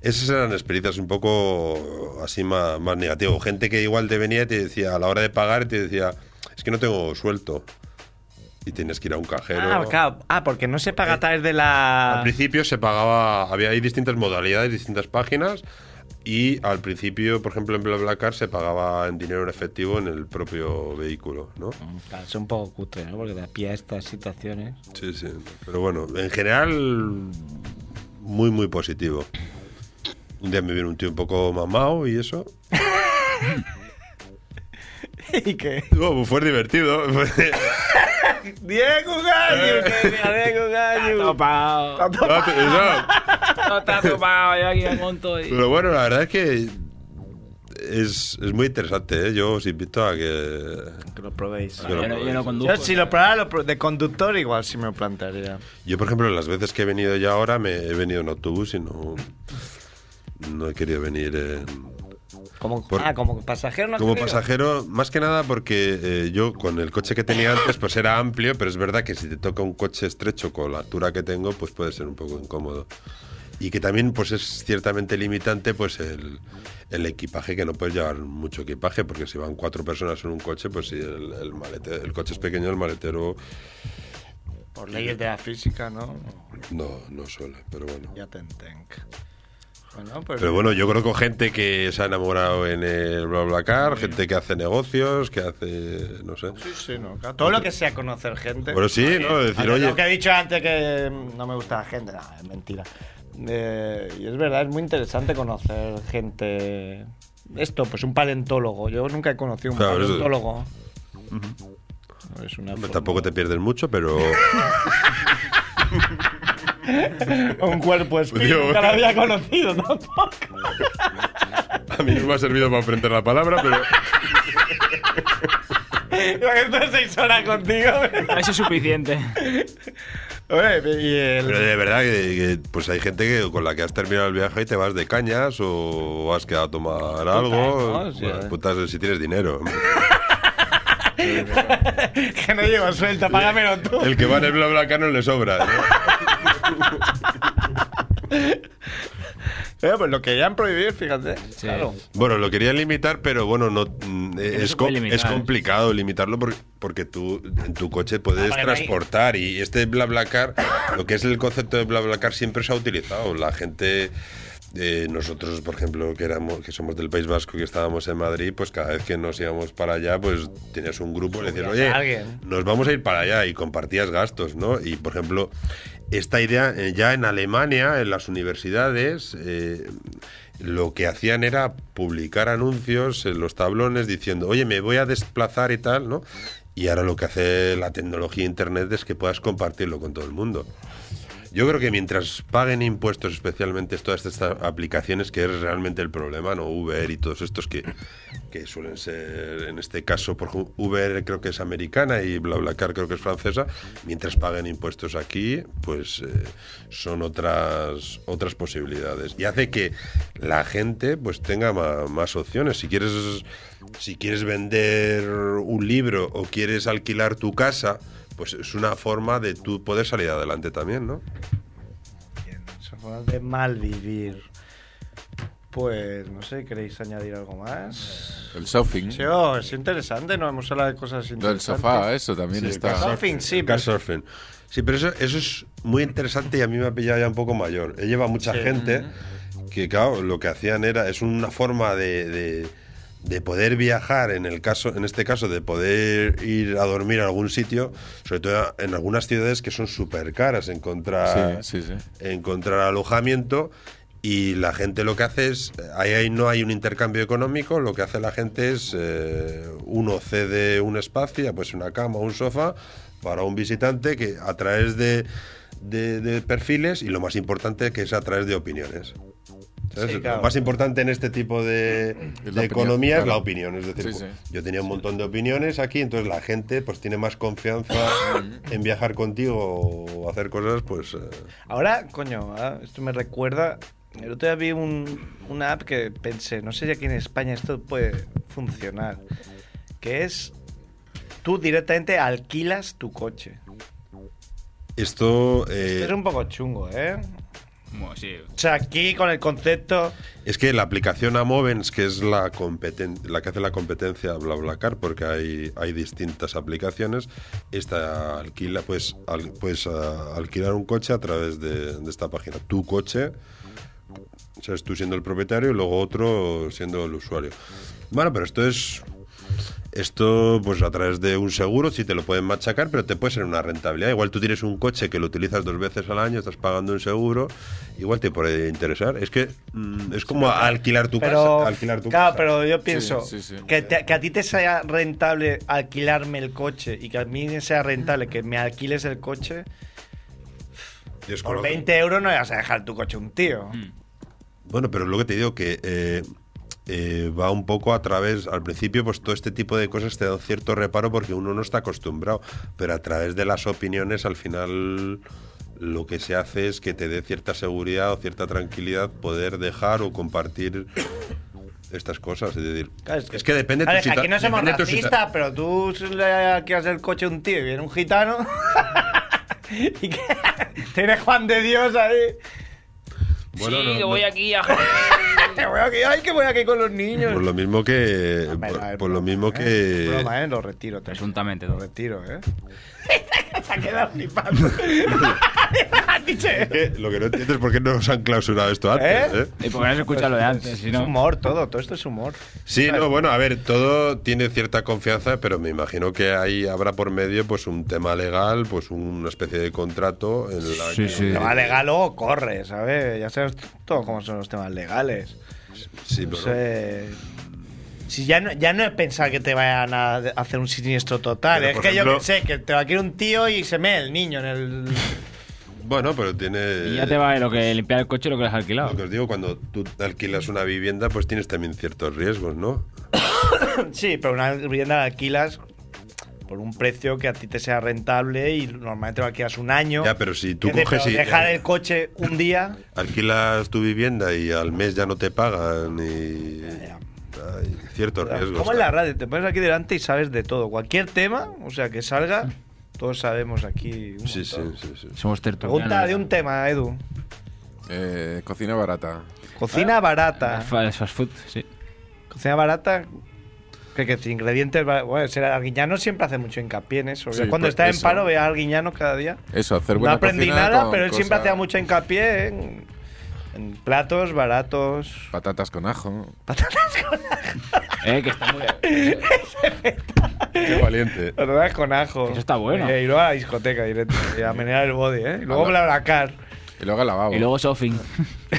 Speaker 4: Esas eran experiencias un poco así más, más negativas. Gente que igual te venía y te decía, a la hora de pagar, te decía, es que no tengo suelto. Y tienes que ir a un cajero.
Speaker 1: Ah, claro. Ah, porque no se paga a través de la.
Speaker 4: Al principio se pagaba, había ahí distintas modalidades, distintas páginas. Y al principio, por ejemplo, en BlaBlaCar se pagaba en dinero en efectivo en el propio vehículo, ¿no?
Speaker 1: Claro, es un poco cutre, ¿no? Porque da pie a estas situaciones.
Speaker 4: Sí, sí. Pero bueno, en general, muy, muy positivo. Un día me vino un tío un poco mamado y eso.
Speaker 1: ¿Y qué?
Speaker 4: Bueno, fue divertido.
Speaker 1: ¡Diego Gallo! que diga ¡Diego Gallo!
Speaker 3: Topao.
Speaker 4: No, te- eh, no,
Speaker 3: No está topao. Yo aquí me monto. y-
Speaker 4: Pero bueno, la verdad es que es, es muy interesante, ¿eh? Yo os invito a que...
Speaker 1: Que lo probéis.
Speaker 4: Yo
Speaker 3: Yo,
Speaker 4: lo
Speaker 3: no, yo no
Speaker 4: puedo.
Speaker 3: conduzco.
Speaker 1: Yo, si lo probara lo pro- de conductor, igual sí me lo plantearía.
Speaker 4: Yo, por ejemplo, las veces que he venido ya ahora, me he venido en autobús y no, no he querido venir en-
Speaker 1: Como,
Speaker 4: Por-
Speaker 1: ah, como pasajero no has
Speaker 4: como
Speaker 1: querido?
Speaker 4: pasajero, más que nada porque eh, yo con el coche que tenía antes, pues era amplio, pero es verdad que si te toca un coche estrecho con la altura que tengo, pues puede ser un poco incómodo. Y que también pues es ciertamente limitante pues el, el equipaje, que no puedes llevar mucho equipaje, porque si van cuatro personas en un coche, pues si el, el malete- el coche es pequeño, el maletero
Speaker 1: Por leyes de la física, ¿no?
Speaker 4: no, no suele, pero bueno.
Speaker 1: Ya te entenc. Bueno, pues.
Speaker 4: Pero bueno, yo conozco gente que se ha enamorado en el BlaBlaCar, gente que hace negocios, que hace. no sé.
Speaker 1: Sí, sí, no. claro. Todo lo que sea conocer gente.
Speaker 4: Bueno, sí, ¿no? Decir,
Speaker 1: Lo
Speaker 4: oye.
Speaker 1: que he dicho antes que mm, no me gusta la gente, no, es mentira. Eh, y es verdad, es muy interesante conocer gente. Esto, pues un paleontólogo. Yo nunca he conocido un
Speaker 4: Claro, eso-
Speaker 1: paleontólogo. Es una
Speaker 4: hombre,
Speaker 1: forma-
Speaker 4: Pues Tampoco te pierdes mucho, pero.
Speaker 1: Un cuerpo espíritu
Speaker 4: Dios.
Speaker 1: nunca lo había conocido tampoco.
Speaker 4: A mí no me ha servido para aprender la palabra, pero.
Speaker 1: Yo que estoy seis horas contigo.
Speaker 3: Eso es suficiente.
Speaker 1: Oye, y
Speaker 4: Pero
Speaker 1: el...
Speaker 4: de verdad que, que, pues hay gente que con la que has terminado el viaje y te vas de cañas o has quedado a tomar algo.
Speaker 1: ¿no? Sí,
Speaker 4: Bueno,
Speaker 1: eh.
Speaker 4: putas si tienes dinero.
Speaker 1: que no llevo suelta, págamelo tú.
Speaker 4: El que va en el BlaBlaCar no le sobra. ¿no?
Speaker 1: Eh, pues lo que ya han prohibido, fíjate.
Speaker 3: Sí.
Speaker 1: Claro.
Speaker 4: Bueno, lo quería limitar, pero bueno, no mm, eh,
Speaker 3: no
Speaker 4: es,
Speaker 3: se
Speaker 4: co-
Speaker 3: puede limitar.
Speaker 4: es complicado limitarlo porque, porque tú en tu coche puedes
Speaker 1: vale,
Speaker 4: transportar y este BlaBlaCar, lo que es el concepto de BlaBlaCar siempre se ha utilizado. La gente eh, nosotros, por ejemplo, que éramos que somos del País Vasco y que estábamos en Madrid, pues cada vez que nos íbamos para allá, pues tenías un grupo y decías,
Speaker 1: a
Speaker 4: "Oye,
Speaker 1: alguien".
Speaker 4: nos vamos a ir para allá" y compartías gastos, ¿no? Y por ejemplo, esta idea eh, ya en Alemania, en las universidades, eh, lo que hacían era publicar anuncios en los tablones diciendo, oye, me voy a desplazar y tal, ¿no? Y ahora lo que hace la tecnología Internet es que puedas compartirlo con todo el mundo. Yo creo que mientras paguen impuestos, especialmente todas estas aplicaciones, que es realmente el problema, ¿no? Uber y todos estos que, que suelen ser, en este caso, por ejemplo, Uber creo que es americana y BlaBlaCar creo que es francesa, mientras paguen impuestos aquí, pues eh, son otras, otras posibilidades. Y hace que la gente pues tenga ma- más, opciones. Si quieres, si quieres vender un libro o quieres alquilar tu casa, pues es una forma de tú poder salir adelante también, ¿no?
Speaker 1: Son formas de mal vivir. Pues no sé, ¿queréis añadir algo más?
Speaker 5: El shopping.
Speaker 1: Sí, oh, es interesante, no hemos hablado de cosas
Speaker 5: Del
Speaker 1: interesantes.
Speaker 5: sofá, eso también
Speaker 4: Sí,
Speaker 5: está.
Speaker 4: claro.
Speaker 1: Surfing, sí,
Speaker 4: El
Speaker 1: pero-
Speaker 4: Couchsurfing. Sí, pero eso, eso es muy interesante y a mí me ha pillado ya un poco mayor. He llevado mucha gente que, claro, lo que hacían era, es una forma de, de- de poder viajar, en, el caso, en este caso de poder ir a dormir a algún sitio, sobre todo en algunas ciudades que son súper caras encontrar,
Speaker 5: Sí, sí, sí.
Speaker 4: encontrar alojamiento. Y la gente lo que hace es, ahí, ahí no hay un intercambio económico, lo que hace la gente es, eh, uno cede un espacio, ya pues una cama o un sofá, para un visitante que a través de, de- de perfiles y lo más importante que es a través de opiniones. ¿Sabes?
Speaker 1: Sí, claro.
Speaker 4: Lo más importante en este tipo de,
Speaker 5: la
Speaker 4: de
Speaker 5: opinión,
Speaker 4: economía es la
Speaker 5: claro.
Speaker 4: opinión. Es decir,
Speaker 5: Sí,
Speaker 4: pues,
Speaker 5: sí.
Speaker 4: yo tenía un montón de opiniones aquí, entonces la gente pues tiene más confianza en viajar contigo o hacer cosas, pues... eh,
Speaker 1: Ahora, coño, ah, esto me recuerda. El otro día vi un- una app que pensé, no sé si aquí en España esto puede funcionar. Que es. Tú directamente alquilas tu coche.
Speaker 4: esto... eh,
Speaker 1: Esto es un poco chungo, ¿eh?
Speaker 3: Bueno, sí.
Speaker 1: O sea, aquí con el concepto.
Speaker 4: Es que la aplicación Amovens, que es la, competen- la que hace la competencia a BlaBlaCar, porque hay, hay distintas aplicaciones, esta alquila, pues, al- puedes ah, alquilar un coche a través de, de esta página. Tu coche, o sea, es tú siendo el propietario y luego otro siendo el usuario. Bueno, pero esto es... Esto, pues a través de un seguro, sí te lo pueden machacar, pero te puede ser una rentabilidad. Igual tú tienes un coche que lo utilizas dos veces al año, estás pagando un seguro, igual te puede interesar. Es que mm, es como alquilar tu
Speaker 1: Pero,
Speaker 4: casa. Alquilar tu
Speaker 1: claro,
Speaker 4: casa.
Speaker 1: pero yo pienso
Speaker 5: sí, sí.
Speaker 1: Que, te- que a ti te sea rentable alquilarme el coche y que a mí me sea rentable que me alquiles el coche. Por
Speaker 4: Desconozco.
Speaker 1: 20 euros no vas a dejar tu coche a un tío.
Speaker 5: Mm.
Speaker 4: Bueno, pero lo que te digo que eh, eh, va un poco a través, al principio, pues todo este tipo de cosas te da un cierto reparo porque uno no está acostumbrado, pero a través de las opiniones al final lo que se hace es que te dé cierta seguridad o cierta tranquilidad poder dejar o compartir estas cosas. Es decir,
Speaker 1: Claro,
Speaker 4: es, que, depende
Speaker 1: Vale,
Speaker 4: tu situa-
Speaker 1: Aquí no somos
Speaker 4: depende tu situa-
Speaker 1: racistas, pero tú le alquilas el coche a un tío y viene un gitano. y que tienes Juan de Dios ahí. pues,
Speaker 4: Bueno,
Speaker 3: sí,
Speaker 4: no,
Speaker 3: que
Speaker 4: no.
Speaker 3: voy aquí a...
Speaker 1: Te voy aquí, ay, que voy aquí con los niños.
Speaker 4: Por lo mismo que...
Speaker 1: Hombre, no,
Speaker 4: Por,
Speaker 1: es
Speaker 4: por lo
Speaker 1: broma,
Speaker 4: mismo
Speaker 1: ¿eh?
Speaker 4: que...
Speaker 1: Es broma, ¿eh? Lo retiro. te-
Speaker 3: Presuntamente,
Speaker 1: Lo
Speaker 3: todo.
Speaker 1: retiro, ¿eh? Se ha quedado flipando. Dice,
Speaker 4: que Lo que no entiendo es por qué no nos han clausurado esto antes,
Speaker 1: ¿Eh?
Speaker 4: ¿eh?
Speaker 3: Y por qué no se escucha lo de antes, si
Speaker 1: Es
Speaker 3: no...
Speaker 1: humor todo, todo esto es humor.
Speaker 4: Sí, no, bueno, a ver, todo tiene cierta confianza, pero me imagino que ahí habrá por medio pues un tema legal, pues una especie de contrato en la
Speaker 3: Sí,
Speaker 4: que-
Speaker 3: sí.
Speaker 1: Te va legal luego corre, ¿sabes? Ya sabes todo cómo son los temas legales.
Speaker 4: Sí,
Speaker 1: No
Speaker 4: pero-
Speaker 1: sé. Si ya no, ya no es pensar que te vayan a de- hacer un siniestro total.
Speaker 4: Pero,
Speaker 1: es
Speaker 4: por
Speaker 1: que yo
Speaker 4: ejemplo-
Speaker 1: que sé, que te va a querer un tío y se me el niño en el.
Speaker 4: Bueno, pero tiene...
Speaker 3: Y ya te vale lo que limpiar el coche y lo que le has alquilado.
Speaker 4: Lo que os digo, cuando tú alquilas una vivienda, pues tienes también ciertos riesgos, ¿no?
Speaker 1: sí, pero una vivienda la alquilas por un precio que a ti te sea rentable y normalmente lo alquilas un año.
Speaker 4: Ya, pero si tú
Speaker 1: Es decir,
Speaker 4: coges
Speaker 1: pero
Speaker 4: y-
Speaker 1: Dejar el coche un día.
Speaker 4: Alquilas tu vivienda y al mes ya no te pagan y... Hay ciertos riesgos.
Speaker 1: Como en la radio, te pones aquí delante y sabes de todo. Cualquier tema, o sea, que salga, todos sabemos aquí. un
Speaker 4: Sí, sí,
Speaker 1: montón.
Speaker 4: sí, sí.
Speaker 3: Somos tertulianos.
Speaker 1: Pregunta de un tema, Edu.
Speaker 5: Eh, cocina barata.
Speaker 1: Cocina barata.
Speaker 3: Las fa- las fast food, sí.
Speaker 1: Cocina barata. Que, que ingredientes. va- Bueno, será, Arguiñano siempre hace mucho hincapié en eso. Yo
Speaker 5: Sí,
Speaker 1: cuando
Speaker 5: pues
Speaker 1: está en
Speaker 5: eso.
Speaker 1: paro, ve a Arguiñano cada día.
Speaker 5: Eso, hacer
Speaker 1: No
Speaker 5: buena
Speaker 1: aprendí
Speaker 5: cocina
Speaker 1: nada,
Speaker 5: con
Speaker 1: pero él siempre
Speaker 5: cosas-
Speaker 1: hacía mucho hincapié en, en platos baratos.
Speaker 5: Patatas con ajo.
Speaker 3: Eh, que está muy...
Speaker 4: Qué valiente.
Speaker 1: ¿Verdad? Con ajo.
Speaker 3: Eso está bueno.
Speaker 1: Y luego a la discoteca directo. Y a menear el body, ¿eh? Y luego
Speaker 5: Anda.
Speaker 1: BlaBlaCar.
Speaker 5: Y luego al lavabo.
Speaker 3: Y luego shopping.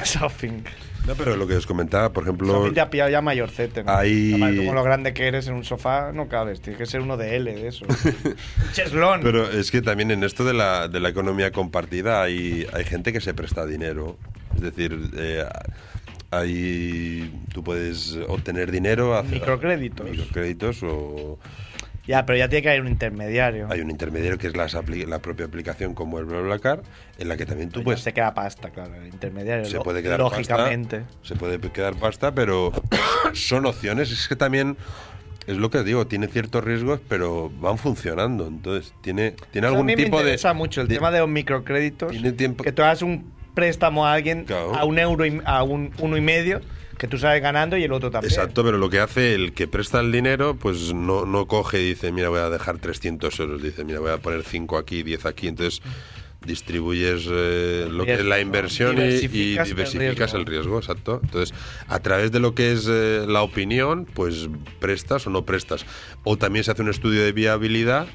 Speaker 1: Shopping.
Speaker 4: No, pero lo que os comentaba, por ejemplo...
Speaker 1: Shopping te ha pillado ya mayorcete, ¿no?
Speaker 4: Ahí-
Speaker 1: Además, tú con lo grande que eres en un sofá, no cabes. Tienes que ser uno de L, de eso. Cheslón.
Speaker 4: Pero es que también en esto de la, de la economía compartida hay, hay gente que se presta dinero. Es decir, eh, hay, tú puedes obtener dinero. hacer-
Speaker 1: Microcréditos.
Speaker 4: Microcréditos o
Speaker 1: Ya, pero ya tiene que haber un intermediario.
Speaker 4: hay un intermediario que es las apli- la propia aplicación como el BlaBlaCar, en la que también tú
Speaker 1: Tú
Speaker 4: puedes...
Speaker 1: se queda pasta, claro, el intermediario.
Speaker 4: se
Speaker 1: lo-
Speaker 4: puede quedar
Speaker 1: Lógicamente.
Speaker 4: pasta, se puede quedar pasta pero son opciones es que también es lo que os digo tiene ciertos riesgos pero van funcionando entonces tiene tiene
Speaker 1: O sea,
Speaker 4: algún
Speaker 1: a mí
Speaker 4: tipo
Speaker 1: me
Speaker 4: de
Speaker 1: interesa mucho el
Speaker 4: de-
Speaker 1: tema de los microcréditos.
Speaker 4: Tiene tiempo-
Speaker 1: Que tú hagas un préstamo a alguien
Speaker 4: Claro.
Speaker 1: a un euro, y- a un uno y medio, que tú sabes ganando y el otro también.
Speaker 4: Exacto, pero lo que hace el que presta el dinero, pues no, no coge y dice, mira, voy a dejar 300 euros. Dice, mira, voy a poner 5 aquí, 10 aquí. Entonces, distribuyes eh, lo que es
Speaker 2: Riesgo,
Speaker 4: la
Speaker 2: ¿no?
Speaker 4: inversión y- y,
Speaker 2: Diversificas el
Speaker 4: diversificas
Speaker 2: riesgo.
Speaker 4: el riesgo, exacto. Entonces, a través de lo que es eh, la opinión, pues prestas o no prestas. O también se hace un estudio de viabilidad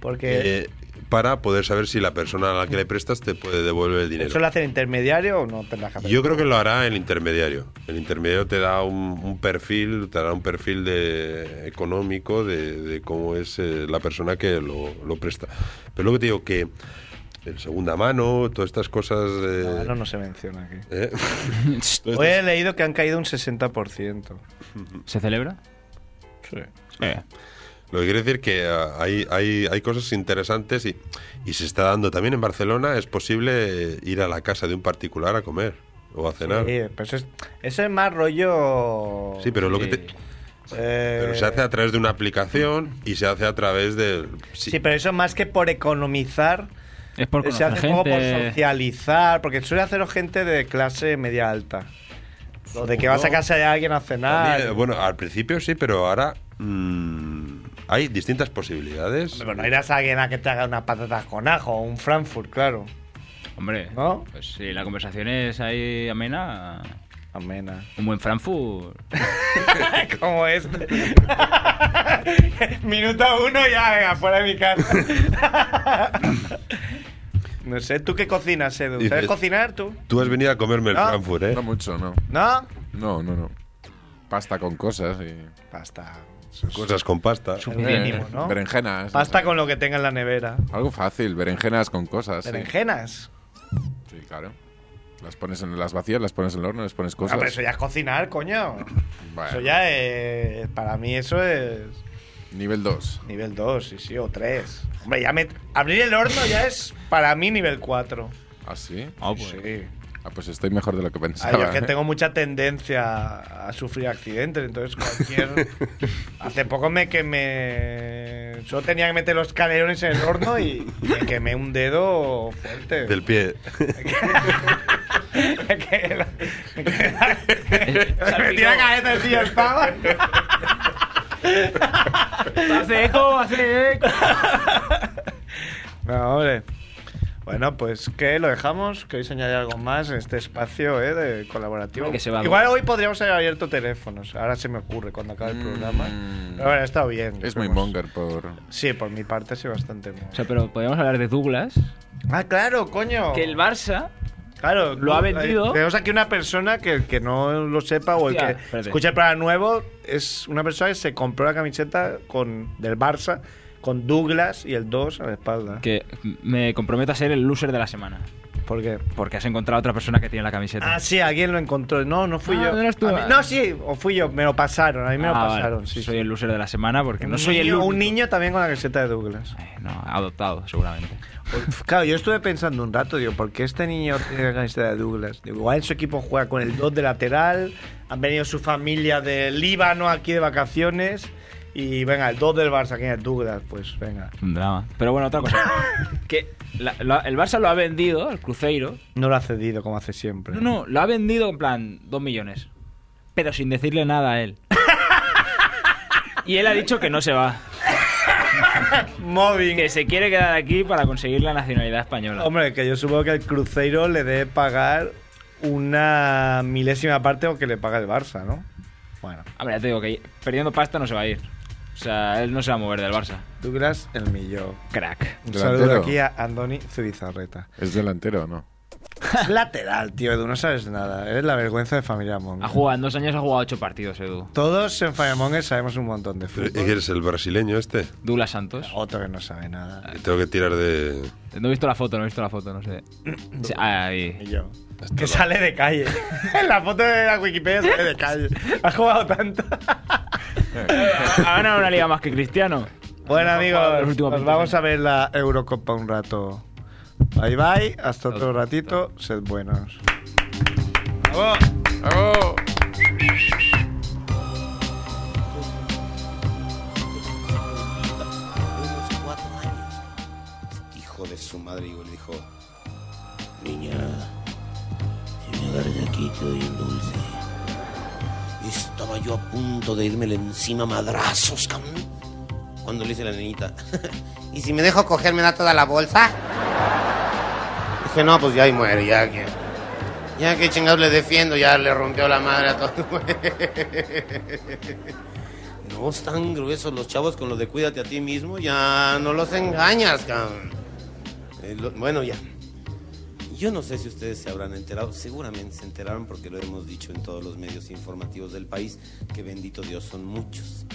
Speaker 1: Porque
Speaker 4: eh, para poder saber si la persona a la que le prestas te puede devolver el dinero.
Speaker 1: ¿eso lo hace el intermediario o no tendrás que hacer?
Speaker 4: Yo creo que lo hará el intermediario. El intermediario te da un, un perfil, te dará un perfil de, económico de, de cómo es eh, la persona que lo, lo presta. Pero lo que te digo que en segunda mano, todas estas cosas... eh,
Speaker 1: Ah, no, no se menciona aquí.
Speaker 4: ¿eh? Pues
Speaker 1: Hoy he leído que han caído un 60%.
Speaker 3: ¿Se celebra?
Speaker 1: Sí.
Speaker 3: Eh.
Speaker 4: Lo que quiere decir que ah, hay, hay, hay cosas interesantes y, y se está dando también en Barcelona. Es posible eh, ir a la casa de un particular a comer o a cenar.
Speaker 1: Sí,
Speaker 4: Sí,
Speaker 1: pero eso es, eso es más rollo.
Speaker 4: pero lo que te-
Speaker 1: eh,
Speaker 4: pero se hace a través de una aplicación y se hace a través del...
Speaker 1: Sí, pero eso más que por economizar.
Speaker 3: Es por
Speaker 1: Eh, se
Speaker 3: conocer
Speaker 1: hace un poco por
Speaker 3: gente.
Speaker 1: socializar, porque suele hacerlo gente de clase media alta. Lo de que vas a casa de alguien a cenar.
Speaker 4: También, eh, bueno, al principio sí, pero ahora mm, hay distintas posibilidades.
Speaker 1: Pero no irás a alguien a que te haga unas patatas con ajo o un Frankfurt, claro.
Speaker 3: Hombre,
Speaker 1: ¿No?
Speaker 3: pues si la conversación es ahí amena,
Speaker 1: Amena.
Speaker 3: un buen Frankfurt.
Speaker 1: Como este. Minuto uno ya, venga, fuera de mi casa. no sé, ¿tú qué cocinas, Edu? ¿Sabes
Speaker 4: Dices-
Speaker 1: cocinar tú?
Speaker 4: Tú has venido a comerme el
Speaker 1: Ah.
Speaker 4: Frankfurt, ¿eh?
Speaker 5: No mucho, no.
Speaker 1: ¿No?
Speaker 5: No, no, no. Pasta con cosas y. eh,
Speaker 1: Pasta.
Speaker 4: Cosas con pasta.
Speaker 1: Un mínimo, ¿no?
Speaker 5: Berenjenas. no
Speaker 1: Pasta
Speaker 5: sé.
Speaker 1: con lo que tenga en la nevera.
Speaker 5: Algo fácil, berenjenas con cosas. sí.
Speaker 1: Berenjenas.
Speaker 5: Sí, claro. Las pones en las vacías, las pones en el horno, les pones
Speaker 1: Ah,
Speaker 5: cosas.
Speaker 1: pero eso ya es cocinar, coño.
Speaker 5: Bueno,
Speaker 1: Eso ya es. Para mí, eso es
Speaker 5: Nivel 2.
Speaker 1: nivel 2, sí, sí, o 3. Hombre, ya me. Abrir el horno ya es para mí nivel 4.
Speaker 5: ¿Ah, sí?
Speaker 3: Ah, pues.
Speaker 1: Sí.
Speaker 5: Ah, pues estoy mejor de lo que
Speaker 1: Ah,
Speaker 5: pensaba.
Speaker 1: yo es que
Speaker 5: ¿eh?
Speaker 1: tengo mucha tendencia a sufrir accidentes, entonces cualquier. Hace poco me quemé. Solo tenía que meter los canelones en el horno y me quemé un dedo fuerte.
Speaker 4: Del pie.
Speaker 1: Me quedé la- me quedé la- me metí la cabeza el tío, estaba.
Speaker 3: Hace eco, hace eco.
Speaker 1: No, hombre. Bueno, pues que lo dejamos. ¿Queréis añadir algo más en este espacio eh, de colaborativo?
Speaker 3: Hombre, que se va a
Speaker 1: Igual hoy podríamos haber abierto teléfonos. Ahora se me ocurre cuando acabe el
Speaker 5: Mm.
Speaker 1: programa. Pero bueno, ha estado bien.
Speaker 5: Es muy
Speaker 1: Hemos-
Speaker 5: monger por.
Speaker 1: Sí, por mi parte sí, bastante monger.
Speaker 3: O sea, pero podríamos hablar de Douglas.
Speaker 1: Ah, claro, coño.
Speaker 3: Que el Barça.
Speaker 1: Claro,
Speaker 3: lo ha vendido.
Speaker 1: eh, Tenemos aquí una persona que, el que no lo sepa o el
Speaker 3: Hostia,
Speaker 1: que
Speaker 3: espérate.
Speaker 1: escucha el programa nuevo es una persona que se compró la camiseta con, del Barça con Douglas y el 2 a la espalda.
Speaker 3: Que me comprometo a ser el loser de la semana.
Speaker 1: ¿Por qué?
Speaker 3: Porque has encontrado a otra persona que tiene la camiseta.
Speaker 1: Ah, sí, alguien lo encontró. No, no fui
Speaker 3: Ah,
Speaker 1: yo.
Speaker 3: no eras tú.
Speaker 1: A mí- no, sí, o fui yo. Me lo pasaron, a mí me lo
Speaker 3: Ah, vale.
Speaker 1: pasaron. sí,
Speaker 3: soy
Speaker 1: sí.
Speaker 3: el loser de la semana porque no
Speaker 1: Un
Speaker 3: soy el
Speaker 1: niño-
Speaker 3: único.
Speaker 1: Un niño también con la camiseta de Douglas.
Speaker 3: Eh, No, adoptado, seguramente.
Speaker 1: Uf, Claro, yo estuve pensando un rato, digo, ¿por qué este niño tiene la camiseta de Douglas? Digo, igual en su equipo juega con el 2 de lateral, han venido su familia de Líbano aquí de vacaciones y venga, el 2 del Barça, que es Douglas, pues venga.
Speaker 3: Un drama. Pero bueno, otra cosa. que la- la- el Barça lo ha vendido al Cruzeiro.
Speaker 1: No lo ha cedido como hace siempre.
Speaker 3: No, no, lo ha vendido en plan 2 millones. Pero sin decirle nada a él. y él ha dicho que no se va.
Speaker 1: Mobbing.
Speaker 3: Que se quiere quedar aquí para conseguir la nacionalidad española.
Speaker 1: Hombre, que yo supongo que el Cruzeiro le debe pagar una milésima parte o que le paga el Barça, ¿no? Bueno,
Speaker 3: Hombre, ya te digo que perdiendo pasta no se va a ir. O sea, él no se va a mover del Barça.
Speaker 1: Douglas, el millón.
Speaker 3: Crack.
Speaker 1: Un
Speaker 5: Delantero.
Speaker 1: saludo aquí a Andoni Zubizarreta.
Speaker 5: ¿Es delantero o no?
Speaker 1: Es lateral, tío, Edu, no sabes nada. Eres la vergüenza de Familia Monger.
Speaker 3: Ha jugado, en dos años ha jugado ocho partidos, Edu.
Speaker 1: Todos en Familia Monger sabemos un montón de
Speaker 4: Pero,
Speaker 1: fútbol.
Speaker 4: ¿y ¿Eres el brasileño este?
Speaker 3: Douglas Santos.
Speaker 1: Otro que no sabe nada.
Speaker 4: Tengo que tirar de...
Speaker 3: No he visto la foto, no he visto la foto, no sé. Sí,
Speaker 1: Y
Speaker 3: Ahí.
Speaker 1: yo. Que sale de calle. en la foto de la Wikipedia sale de calle. Ha jugado tanto.
Speaker 3: Ha ganado una liga más que Cristiano.
Speaker 1: bueno,
Speaker 3: jugado
Speaker 1: amigos,
Speaker 3: los últimos
Speaker 1: nos
Speaker 3: 20
Speaker 1: vamos
Speaker 3: años.
Speaker 1: a ver la Eurocopa un rato. Bye bye, hasta otro ratito. Sed buenos.
Speaker 5: ¡Oh!
Speaker 7: unos cuatro años. Este hijo de su madre digo, le dijo, niña, si me agarras aquí te doy un dulce. Estaba yo a punto de irme encima a madrazos, cabrón. Cuando le dice la niñita, ¿y si me dejo coger me da toda la bolsa? Dije, no, pues ya ahí muere, ya que. Ya que chingados le defiendo, ya le rompió la madre a todo. el güey. no están gruesos los chavos con lo de cuídate a ti mismo, ya no los engañas, cabrón. Eh, lo- bueno, ya. Yo no sé si ustedes se habrán enterado, seguramente se enteraron porque lo hemos dicho en todos los medios informativos del país, que bendito Dios son muchos.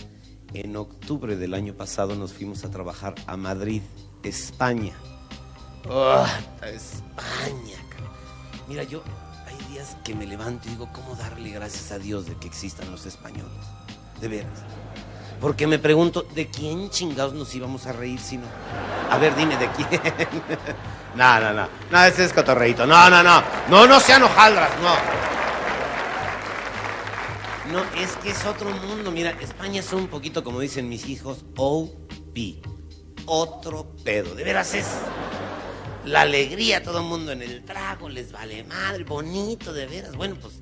Speaker 7: En octubre del año pasado nos fuimos a trabajar a Madrid, España. ¡Oh, España! cabrón. Mira, yo hay días que me levanto y digo, ¿cómo darle gracias a Dios de que existan los españoles? De veras. Porque me pregunto, ¿de quién chingados nos íbamos a reír si no? A ver, dime, ¿de quién? no, no, no. No, ese es cotorreito. No, no, no. No, no sean hojaldras, no. No, es que es otro mundo. Mira, España es un poquito, como dicen mis hijos, OP. Otro pedo. De veras es la alegría, todo el mundo en el trago, les vale madre, bonito, de veras. Bueno, pues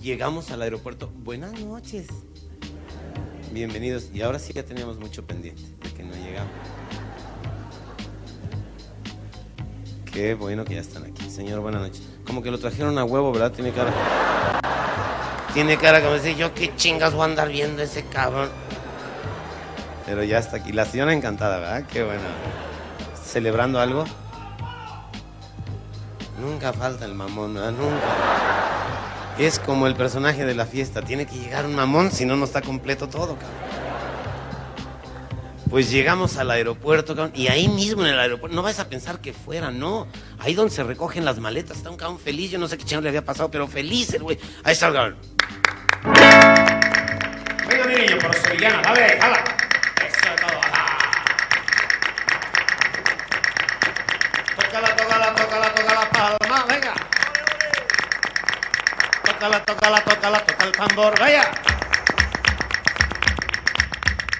Speaker 7: llegamos al aeropuerto. Buenas noches. Bienvenidos. Y ahora sí ya teníamos mucho pendiente de que no llegamos. Qué bueno que ya están aquí. Señor, buenas noches. Como que lo trajeron a huevo, ¿verdad? Tiene cara. Tiene cara como decir, yo qué chingas voy a andar viendo ese cabrón. Pero ya está aquí. La señora encantada, ¿verdad? Qué bueno. ¿Celebrando algo? Nunca falta el mamón, ¿verdad? Nunca. Es como el personaje de la fiesta. Tiene que llegar un mamón, si no, no está completo todo, cabrón. Pues llegamos al aeropuerto, cabrón, y ahí mismo en el aeropuerto, no vas a pensar que fuera, no. Ahí donde se recogen las maletas, está un cabrón feliz, yo no sé qué chingón le había pasado, pero feliz el güey. Ahí está el cabrón. Venga, mi niño, por Sevillana, a ver, jala. Eso es todo, Ah. jala. Tócala, tócala, tócala, tócala, palma, venga. Tócala, tócala, tócala, toca el tambor, vaya.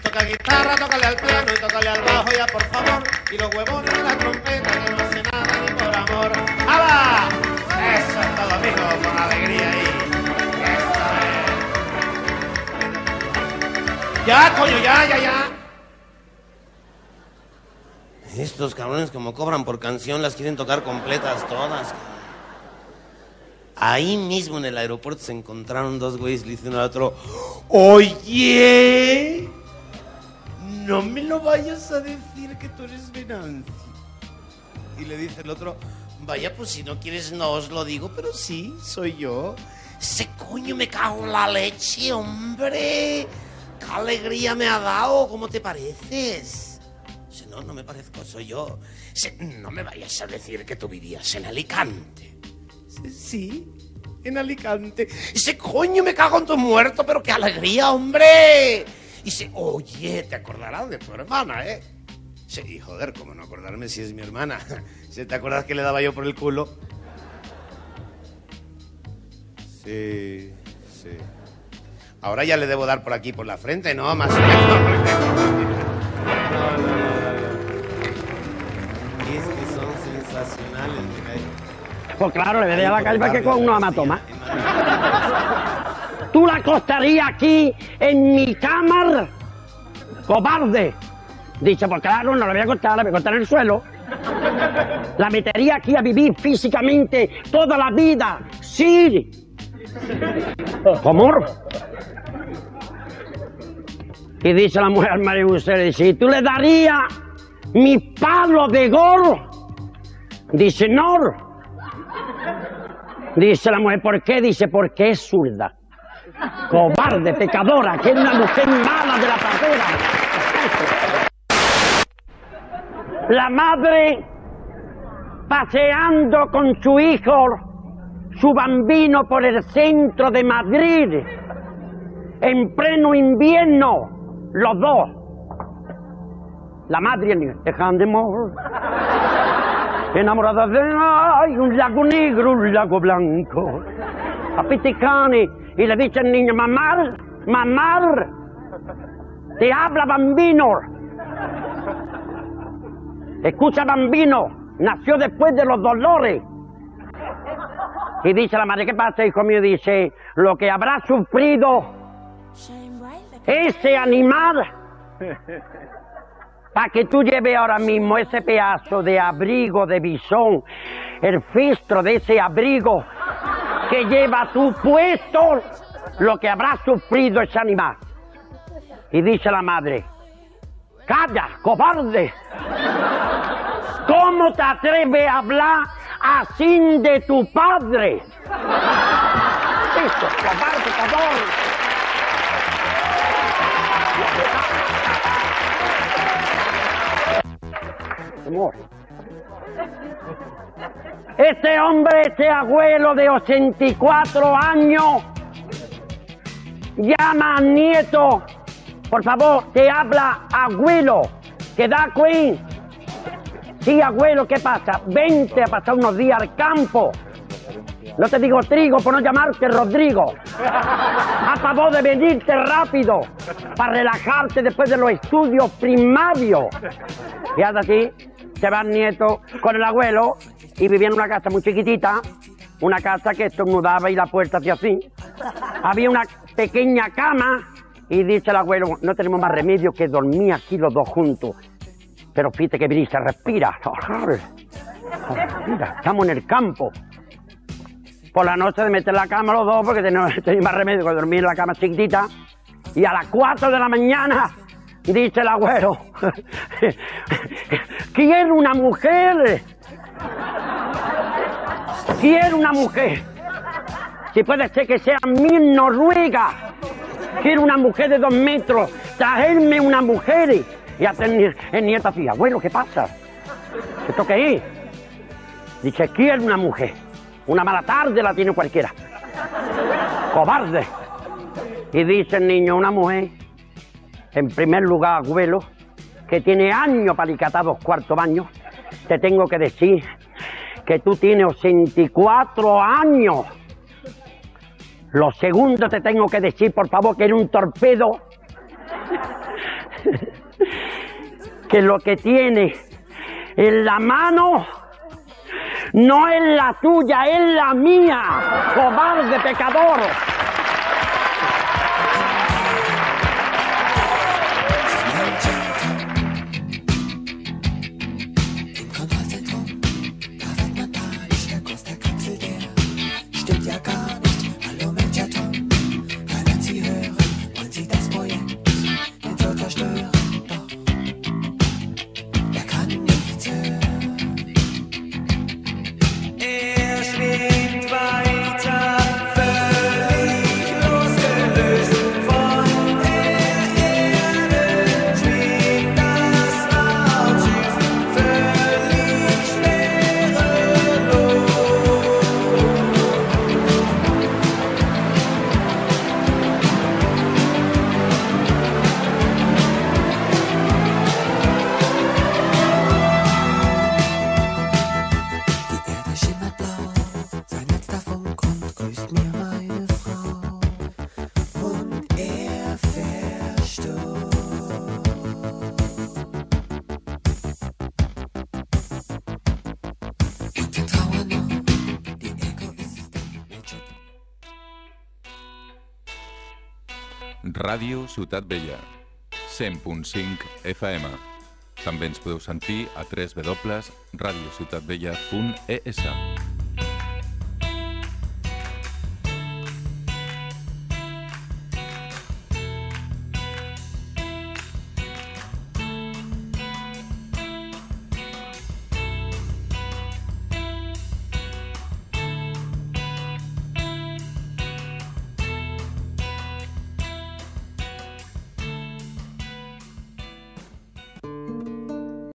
Speaker 7: Toca guitarra, tócale al piano y tócale al bajo ya, por favor. Y los huevones de la trompeta que no hace nada ni por amor. ¡Hala! Eso es todo, mijo, con alegría ahí. Eso es. Ya, coño, ya, ya, ya. Estos cabrones como cobran por canción las quieren tocar completas todas. cabrón. Ahí mismo en el aeropuerto se encontraron dos güeyes y le dicen al otro, oye, no me lo vayas a decir que tú eres Venancio. Y le dice el otro, vaya, pues si no quieres no os lo digo, pero sí, soy yo. Ese coño me cago en la leche, hombre. ¡Qué alegría me ha dado! ¿Cómo te pareces? Si no, no me parezco, soy yo. Si- no me vayas a decir que tú vivías en Alicante. Sí, Sí, en Alicante. Dice, coño, me cago en tu muerto, pero qué alegría, hombre. Dice, oye, te acordarás de tu hermana, ¿eh? Dice, y joder, ¿cómo no acordarme si es mi hermana? Dice, ¿te acuerdas que le daba yo por el culo? Sí, sí. Ahora ya le debo dar por aquí, por la frente, ¿no? Más o menos. Es que son sensacionales, me cae.
Speaker 8: Pues claro, le daría la calva que con una matoma.
Speaker 7: En Madrid.
Speaker 8: Tú la acostarías aquí en mi cámara, cobarde. Dice, pues claro, no la voy a acostar, la voy a acostar en el suelo. La metería aquí a vivir físicamente toda la vida. Sí. Pues, ¿Cómo? Y dice la mujer al marido, usted, dice, "¿Y tú le darías mi palo de gol? Dice, no. Dice la mujer, ¿por qué? Dice, porque es zurda. Cobarde, pecadora, que es una mujer mala de la patera. La madre paseando con su hijo, su bambino por el centro de Madrid, en pleno invierno, los dos. La madre y el niño, dejan de amor. Enamorada de ay, un lago negro, un lago blanco. A Piticani y le dice al niño, mamar, mamar, te habla bambino. Escucha bambino, nació después de los dolores. Y dice la madre, ¿qué pasa, hijo mío? Dice, lo que habrá sufrido ese animal para que tú lleves ahora mismo ese pedazo de abrigo de bisón, el fistro de ese abrigo que lleva tu puesto, lo que habrá sufrido ese animal. Y dice la madre, calla, cobarde, ¿cómo te atreves a hablar así de tu padre? Eso, cobarde, cobarde. Amor. Este hombre, este abuelo de 84 años, llama a nieto. Por favor, te habla abuelo. Que da Queen. Sí, abuelo, ¿qué pasa? Vente a pasar unos días al campo. No te digo trigo por no llamarte Rodrigo. A favor de venirte rápido para relajarte después de los estudios primarios. Y hasta así se va el nieto con el abuelo y vivía en una casa muy chiquitita, una casa que estornudaba y la puerta hacía así. Había una pequeña cama y dice el abuelo, no tenemos más remedio que dormir aquí los dos juntos. Pero fíjate que brisa, respira. Respira, estamos en el campo por la noche de meter la cama los dos porque tenía, tenía más remedio que dormir en la cama chiquitita. Y a las 4 de la mañana dice el agüero, quiero una mujer, quiero una mujer, si puede ser que sea mi Noruega, quiero una mujer de dos metros, traerme una mujer. Y eh, hace el nie- el nieto así, abuelo, ¿qué pasa? ¿Esto qué es? Dice, quiero una mujer. Una mala tarde la tiene cualquiera. Cobarde. Y dice el niño, una mujer, en primer lugar, abuelo, que tiene años para alicatar dos cuartos baños, te tengo que decir que tú tienes 84 años. Lo segundo te tengo que decir, por favor, que eres un torpedo. que lo que tiene en la mano no es la tuya, es la mía, cobarde pecador.
Speaker 9: Ràdio Ciutat Vella, 100.5 FM. E També ens podeu sentir a www.radiociutatvella.es.